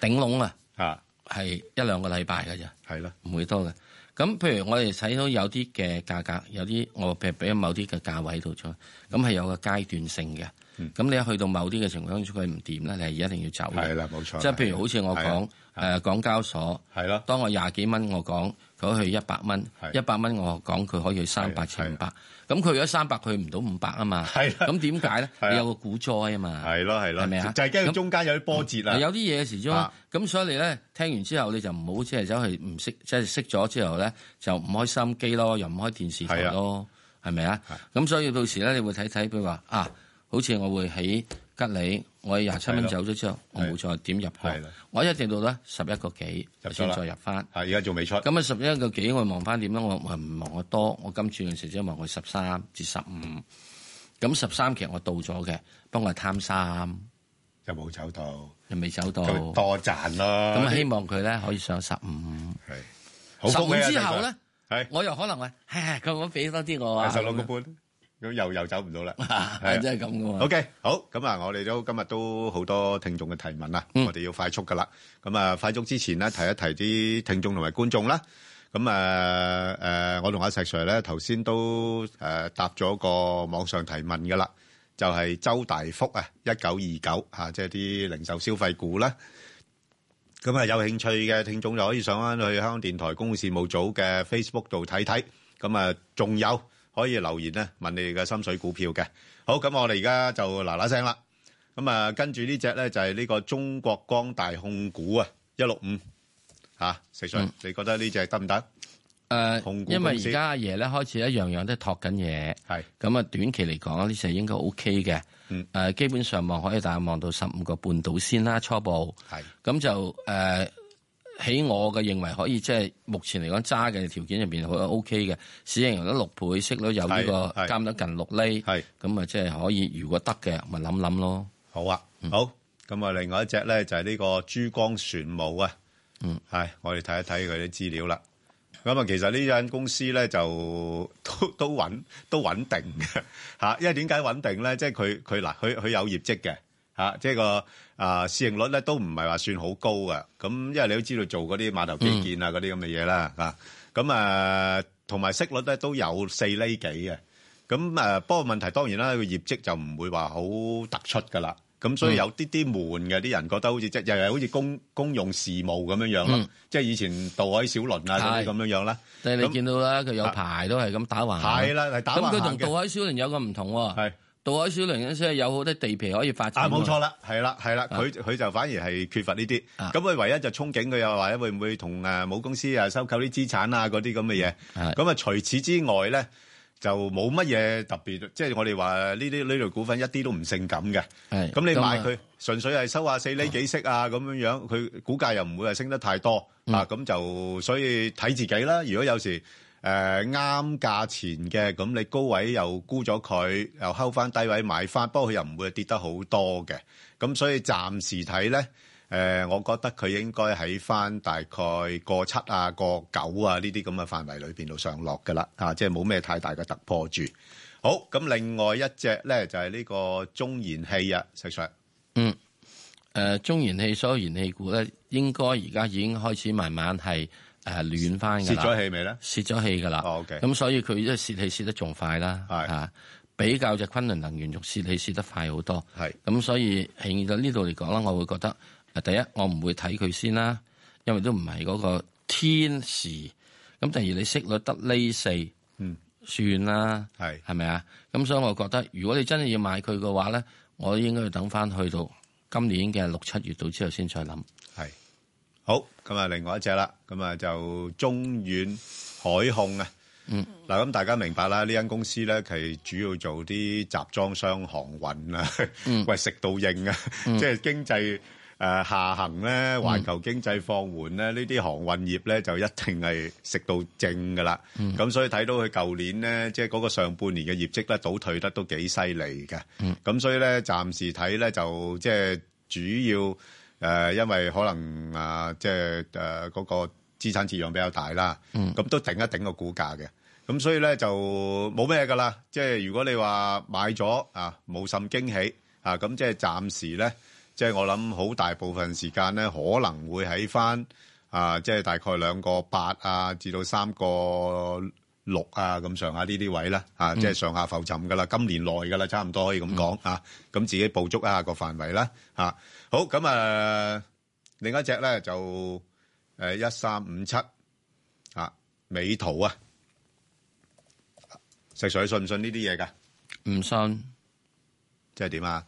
S2: 頂籠啊，
S3: 啊，
S2: 係一兩個禮拜嘅啫，
S3: 係啦，
S2: 唔會多嘅。咁譬如我哋睇到有啲嘅價格，有啲我譬如俾咗某啲嘅價位度咗，咁係有個階段性嘅。
S3: 嗯
S2: 咁你一去到某啲嘅情況，佢唔掂咧，你係一定要走嘅。
S3: 係啦冇錯
S2: 即係譬如好似我
S3: 係啊
S2: 講誒港交所，
S3: 係啊咯。
S2: 當我廿幾蚊，我講佢可以去一百蚊，
S3: 係啊
S2: 一百蚊我講佢可以去三百至五百。咁佢如果三百去唔到五百啊嘛，咁點解咧？你有個股災啊嘛，
S3: 係咯係咯，
S2: 係咪啊？
S3: 就係驚佢中間有啲波折啦。
S2: 有啲嘢時鐘
S3: 啊，
S2: 咁所以你咧聽完之後，你就唔好即係走去唔識，即係識咗之後咧就唔開心機咯，又唔開電視台咯，係咪啊？咁所以到時咧，你會睇睇譬如話啊，好似我會喺吉利，我廿七蚊
S3: 係咯
S2: 走咗之後，我冇再點入
S3: 係
S2: 去
S3: 啦，
S2: 我一定到咧十一個幾
S3: 入咗
S2: 先
S3: 啦
S2: 再入翻。
S3: 係而家仲未出。
S2: 咁啊，十一個幾我望翻點咧？我我唔望我多，我今次嘅時只望佢十三至十五。咁十三其實我到咗嘅，不過我係貪三，
S3: 又冇走到，
S2: 又未走到，
S3: 咁多賺啦。
S2: 哦咁啊，希望佢咧可以上十五。
S3: 係好
S2: 十
S3: 恭
S2: 五
S3: 喜啊
S2: 之後咧
S3: 石，係
S2: 我又可能話，唉，佢可俾多啲我啊。
S3: 係16個半，咁又又走唔 到啦。係啊
S2: 真係咁噶嘛。
S3: OK，好，咁啊，我哋都今日都好多聽眾嘅提問啦，我哋要快速噶啦。咁啊，快速之前咧，提一提啲聽眾同埋觀眾啦。咁啊，誒，我同阿石 Sir 咧，頭先都誒答咗個網上提問噶啦，就係周大福啊，一九二九啊，即係啲零售消費股啦。咁啊，有興趣嘅聽眾就可以上翻去香港電台公共事務組嘅 Facebook 度睇睇。咁啊，仲有可以留言咧，問你哋嘅心水股票嘅。好，咁我哋而家就嗱嗱聲啦。咁啊，跟住呢只咧就係呢個中國光大控股啊，一六五嚇，石 Sir，
S2: 嗯
S3: 你覺得呢只得唔得？
S2: 誒
S3: 控股
S2: 因為
S3: 公司
S2: 而家阿爺咧開始一樣樣都係托緊嘢，
S3: 係
S2: 咁啊短期嚟講呢隻應該 O K 嘅，誒、
S3: 嗯
S2: 基本上望可以大概望到十五個半到先啦，初步，
S3: 係
S2: 咁就誒喺、我嘅認為可以即係目前嚟講揸嘅條件入邊好 O K 嘅，市盈率六倍，息率有呢、個
S3: 係係
S2: 監得近六厘，咁啊即係可以，如果得嘅咪諗諗咯。
S3: 好啊，
S2: 嗯
S3: 好。咁啊，另外一隻咧就係呢個珠江船務啊。
S2: 嗯，
S3: 係，我哋睇一睇佢啲資料啦。咁啊，其實呢間公司咧就都都穩 都穩定嘅嚇，因為點解穩定咧？即係佢佢嗱，佢佢有業績嘅嚇，即係個啊市盈率咧都唔係話算好高嘅。咁因為你都知道做嗰啲碼頭基建啊嗰啲咁嘅嘢啦嚇，咁啊同埋息率咧都有四厘幾嘅。咁誒，不過問題當然啦，個業績就唔會話好突出噶啦。咁所以有啲啲悶嘅，啲人覺得好似即係又係好似公公用事務咁樣樣咯，
S2: 嗯
S3: 即係以前渡海小輪啊嗰啲
S2: 係
S3: 咁樣樣啦。
S2: 即係你
S3: 咁啊
S2: 見到啦，佢有排都係咁打橫行。
S3: 係啦係打橫行
S2: 咁
S3: 嘅
S2: 佢同渡海小輪有個唔同喎。
S3: 係
S2: 渡海小輪嗰陣時係有好多地皮可以發展。
S3: 啊，冇錯。啦，係啦，係啦，
S2: 啊
S3: 佢佢就反而係缺乏呢啲。咁佢唯一就憧憬佢又話咧，會唔會同誒母公司啊收購啲資產啊嗰啲咁嘅嘢。
S2: 嗯
S3: 咁啊，除此之外咧，就冇乜嘢特別，即係我哋話呢啲呢類股份一啲都唔性感嘅。
S2: 係
S3: 咁你
S2: 咁
S3: 買
S2: 啊
S3: 佢，純粹係收下四厘幾息啊咁樣樣，佢股價又唔會係升得太多
S2: 嗯
S3: 啊。咁就所以睇自己啦。如果有時誒啱價錢嘅，咁你高位又沽咗佢，又睺翻低位買翻，不過佢又唔會跌得好多嘅。咁所以暫時睇咧，誒、我覺得佢應該喺翻大概個七啊、個九啊呢啲咁嘅範圍裏邊度上落㗎啦，啊，即係冇咩太大嘅突破住。好，咁另外一隻咧就係呢個中燃氣啊，石 Sir。
S2: 嗯，誒、中燃氣所有燃氣股咧，應該而家已經開始慢慢係誒、暖翻㗎
S3: 泄
S2: 啦。
S3: 咗氣未咧？
S2: 泄咗氣㗎啦。
S3: OK
S2: 咁所以佢即係泄氣泄得仲快啦。係啊，比較就昆侖能源仲泄氣泄得快好多。
S3: 係。
S2: 咁所以喺到呢度嚟講啦，我會覺得誒第一我唔會睇佢先啦，因為都唔係嗰個天時。咁第二你息率得呢四，
S3: 嗯，
S2: 算啦。係係咪啊？咁所以我覺得如果你真係要買佢嘅話咧，我應該要等翻去到今年嘅六七月度之後先再諗。
S3: 係。好，咁啊，另外一隻啦，咁啊就中遠海控啊。
S2: 嗯。
S3: 嗱，咁大家明白啦，呢間公司咧，其主要做啲集裝箱航運啊， 喂食到應啊，
S12: 嗯
S3: 即係經濟誒下行咧，環球經濟放緩咧，呢啲航運業咧就一定係食到正噶啦。
S12: 嗯
S3: 咁所以睇到佢舊年咧，即係嗰個上半年嘅業績咧，倒退得都幾犀利嘅。
S12: 嗯
S3: 咁所以咧，暫時睇咧就即係主要誒、呃因為可能啊、即係誒嗰個資產折讓比較大啦，咁、
S12: 嗯
S3: 都頂一頂個股價嘅。咁所以咧就冇咩噶啦，即係如果你話買咗啊，冇甚驚喜啊，咁即係暫時咧，即係我諗好大部分時間咧，可能會喺翻啊，即係大概兩個八啊，至到三個六啊咁上下呢啲位啦，啊，
S12: 嗯
S3: 即係上下浮沉噶啦，今年內噶啦，差唔多可以咁講啊，咁自己捕捉一下個範圍啦，啊，好咁啊，另一隻咧就呃誒一三五七啊，美圖啊。石 Sir 你信唔信呢啲嘢噶？
S2: 唔信，
S3: 即係點啊？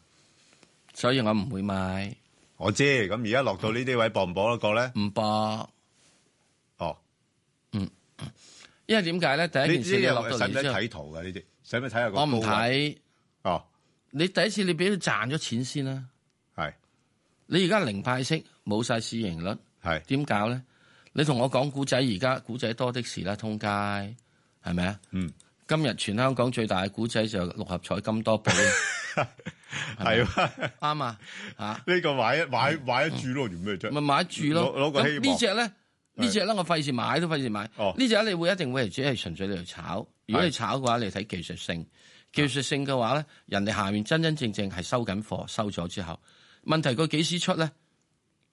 S2: 所以我唔會買。
S3: 我知，咁而家落到呢啲位搏唔搏得過咧？
S2: 唔搏。
S3: 哦，
S2: 嗯，因為點解咧？第一
S3: 呢
S2: 件事你
S3: 啲
S2: 哎落
S3: 嘢
S2: 到
S3: 使
S2: 嚟
S3: 唔使
S2: 之後
S3: 睇圖噶？呢啲使唔使睇下個
S2: 我唔
S3: 高位
S2: 睇。
S3: 哦，
S2: 你第一次你俾佢賺咗錢先啦。
S3: 係。
S2: 你而家零派息，冇晒市盈率，
S3: 係
S2: 點搞咧？你同我講古仔，而家古仔多的是啦，通街係咪啊？
S3: 嗯。
S2: 今日全香港最大嘅古仔就六合彩金多寶，係
S3: 係 啊，
S2: 啱啊，嚇！
S3: 呢個買一買買一注咯，做咩啫？
S2: 咪買一注咯。
S3: 攞攞個希
S2: 咁
S3: 望哦
S2: 呢只咧，呢只咧，我費事買都費事買。呢只你會一定會係只係純粹你嚟炒。如果你炒嘅話，你睇技術
S3: 啊
S2: 性。技術性嘅話咧，人哋下面真真正正係收緊貨，收咗之後，問題佢幾時出咧？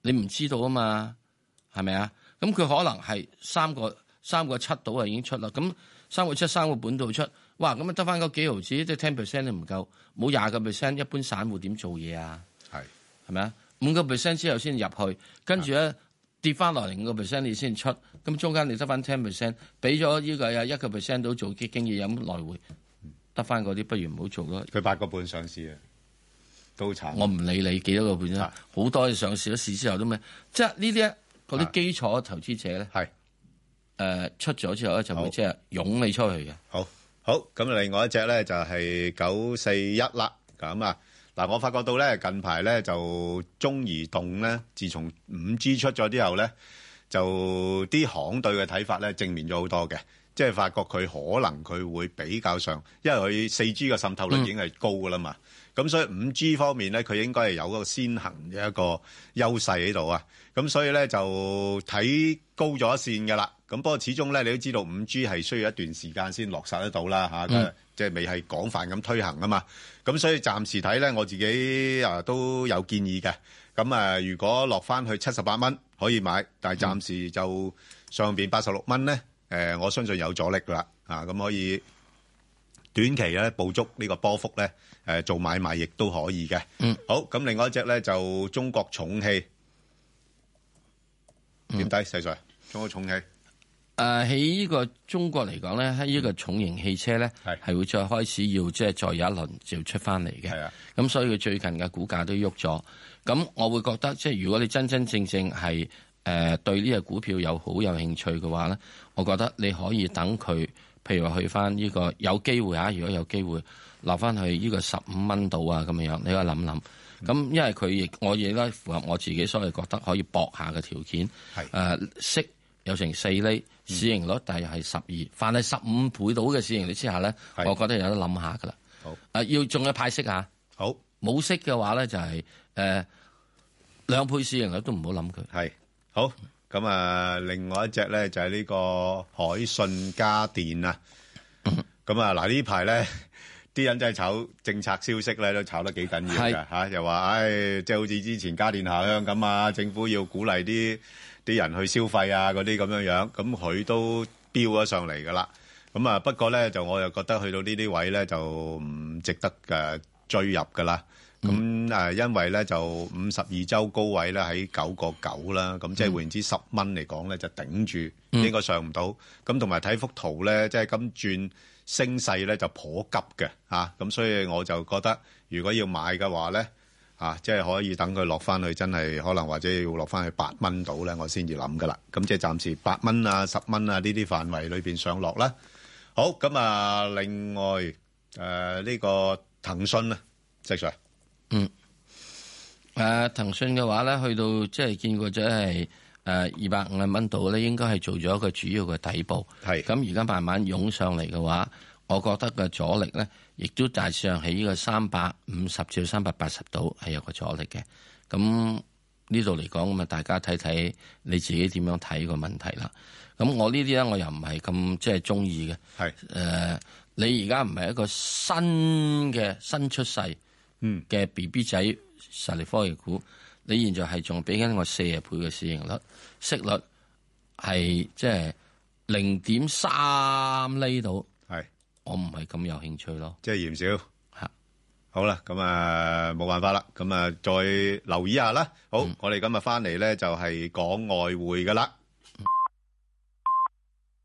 S2: 你唔知道啊嘛，係咪啊？咁佢可能係三個三個七到啊已經出啦。咁三個七三個本度出，哇！咁啊得翻嗰幾毫子，即係 ten percent 都唔夠，冇廿個 percent，一般散戶點做嘢啊？
S3: 係
S2: 係咪啊？五個 percent 之後先入去，跟住咧跌翻落嚟五個 percent 你先出，咁中間你得翻 ten percent，俾咗呢個有一個 percent 到做基經濟咁來回，得翻嗰啲不如唔好做咯。
S3: 佢八個半上市啊，都慘。
S2: 我唔理你幾多個半啦，好多嘢上市咗市之後都咩，即係呢啲咧嗰啲基礎投資者咧，
S3: 係
S2: 誒出咗之後咧就會即係湧你出去嘅。
S3: 好，好，咁啊另外一隻咧就係九四一啦。咁啊，嗱，我發覺到咧近排咧就中移動咧，自從五 G 出咗之後咧，就啲行對嘅睇法咧正面咗好多嘅，即係發覺佢可能佢會比較上，因為佢四 G 嘅滲透率已經係高噶啦嘛。咁所以五 G 方面咧，佢應該係有嗰個先行嘅一個優勢喺度啊。咁所以咧就睇高咗一線嘅啦。咁不過始終咧，你都知道五 G 係需要一段時間先落實得到啦嚇，啊
S12: 嗯
S3: 即係未係廣泛咁推行啊嘛。咁所以暫時睇咧，我自己啊都有建議嘅。咁啊，如果落翻去七十八蚊可以買，但係暫時就上邊八十六蚊咧，誒、我相信有阻力啦。啊，咁可以短期咧捕捉呢個波幅咧，誒、做買賣亦都可以嘅。
S2: 嗯，
S3: 好，咁另外一隻咧就中國重汽點睇，細 Sir？中國重汽
S2: 誒喺呢個中國嚟講咧，喺呢個重型汽車咧係會再開始要即係再有一輪就出翻嚟嘅。咁所以佢最近嘅股價都喐咗。咁我會覺得即係如果你真真正正係誒、呃、對呢個股票有好有興趣嘅話咧，我覺得你可以等佢，譬如話去翻呢、個有機會啊，如果有機會落翻去呢個十五蚊度啊咁樣，你可以諗諗。咁因為佢亦我亦都符合我自己所謂覺得可以搏下嘅條件。
S3: 係嗯
S2: 誒息有成四厘，市盈率大約係十二，凡係十五倍到嘅市盈率之下咧，我覺得有得諗下噶啦。
S3: 好
S2: 誒，要仲有派息啊！
S3: 好
S2: 冇息嘅話咧，就係誒兩倍市盈率都唔好諗佢。
S3: 係好，咁啊，另外一隻咧就係呢個海信家電啊。咁啊，嗱呢排咧啲人真係炒政策消息咧，都炒得幾緊要㗎嚇，又話唉，即係好似之前家電下鄉咁啊，政府要鼓勵啲啲人去消費啊嗰啲咁樣樣，咁佢都飆咗上嚟㗎啦。咁啊，不過咧就我又覺得去到呢啲位咧就唔值得誒追入㗎啦。咁誒，因為咧就五十二周高位咧喺九個九啦，咁即係換言之十蚊嚟講咧就頂住，
S12: 嗯
S3: 應該上唔到。咁同埋睇幅圖咧，即係今轉升勢咧就頗急嘅嚇，咁、所以我就覺得如果要買嘅話咧。啊，即係可以等佢落翻去，真係可能或者要落翻去八蚊度咧，我先至諗噶啦。咁即係暫時八蚊啊、十蚊啊呢啲範圍裏邊上落啦。好，咁啊，另外誒呢、個騰訊啊，石 Sir，
S2: 嗯，誒呃騰訊嘅話咧，去到即係見過即係誒呃二百五十蚊度咧，應該係做咗一個主要嘅底部。
S3: 係
S2: 咁而家慢慢湧上嚟嘅話，我覺得嘅阻力咧，亦都大致上喺呢個三百五十至三百八十度係有個阻力嘅。咁呢度嚟講咁啊，大家睇睇你自己點樣睇個問題啦。咁我呢啲咧，我又唔係咁即係中意嘅。
S3: 係
S2: 誒，呃你而家唔係一個新嘅新出世。
S3: 嗯
S2: 嘅 B B 仔實力科技股，你現在係仲俾緊我四十倍嘅市盈率，息率係即係零點三厘度，
S3: 係
S2: 我唔係咁有興趣咯。
S3: 即係嫌少嚇。好啦，咁啊冇辦法啦，咁啊再留意下啦。好，我哋今日翻嚟咧就係講外匯噶啦。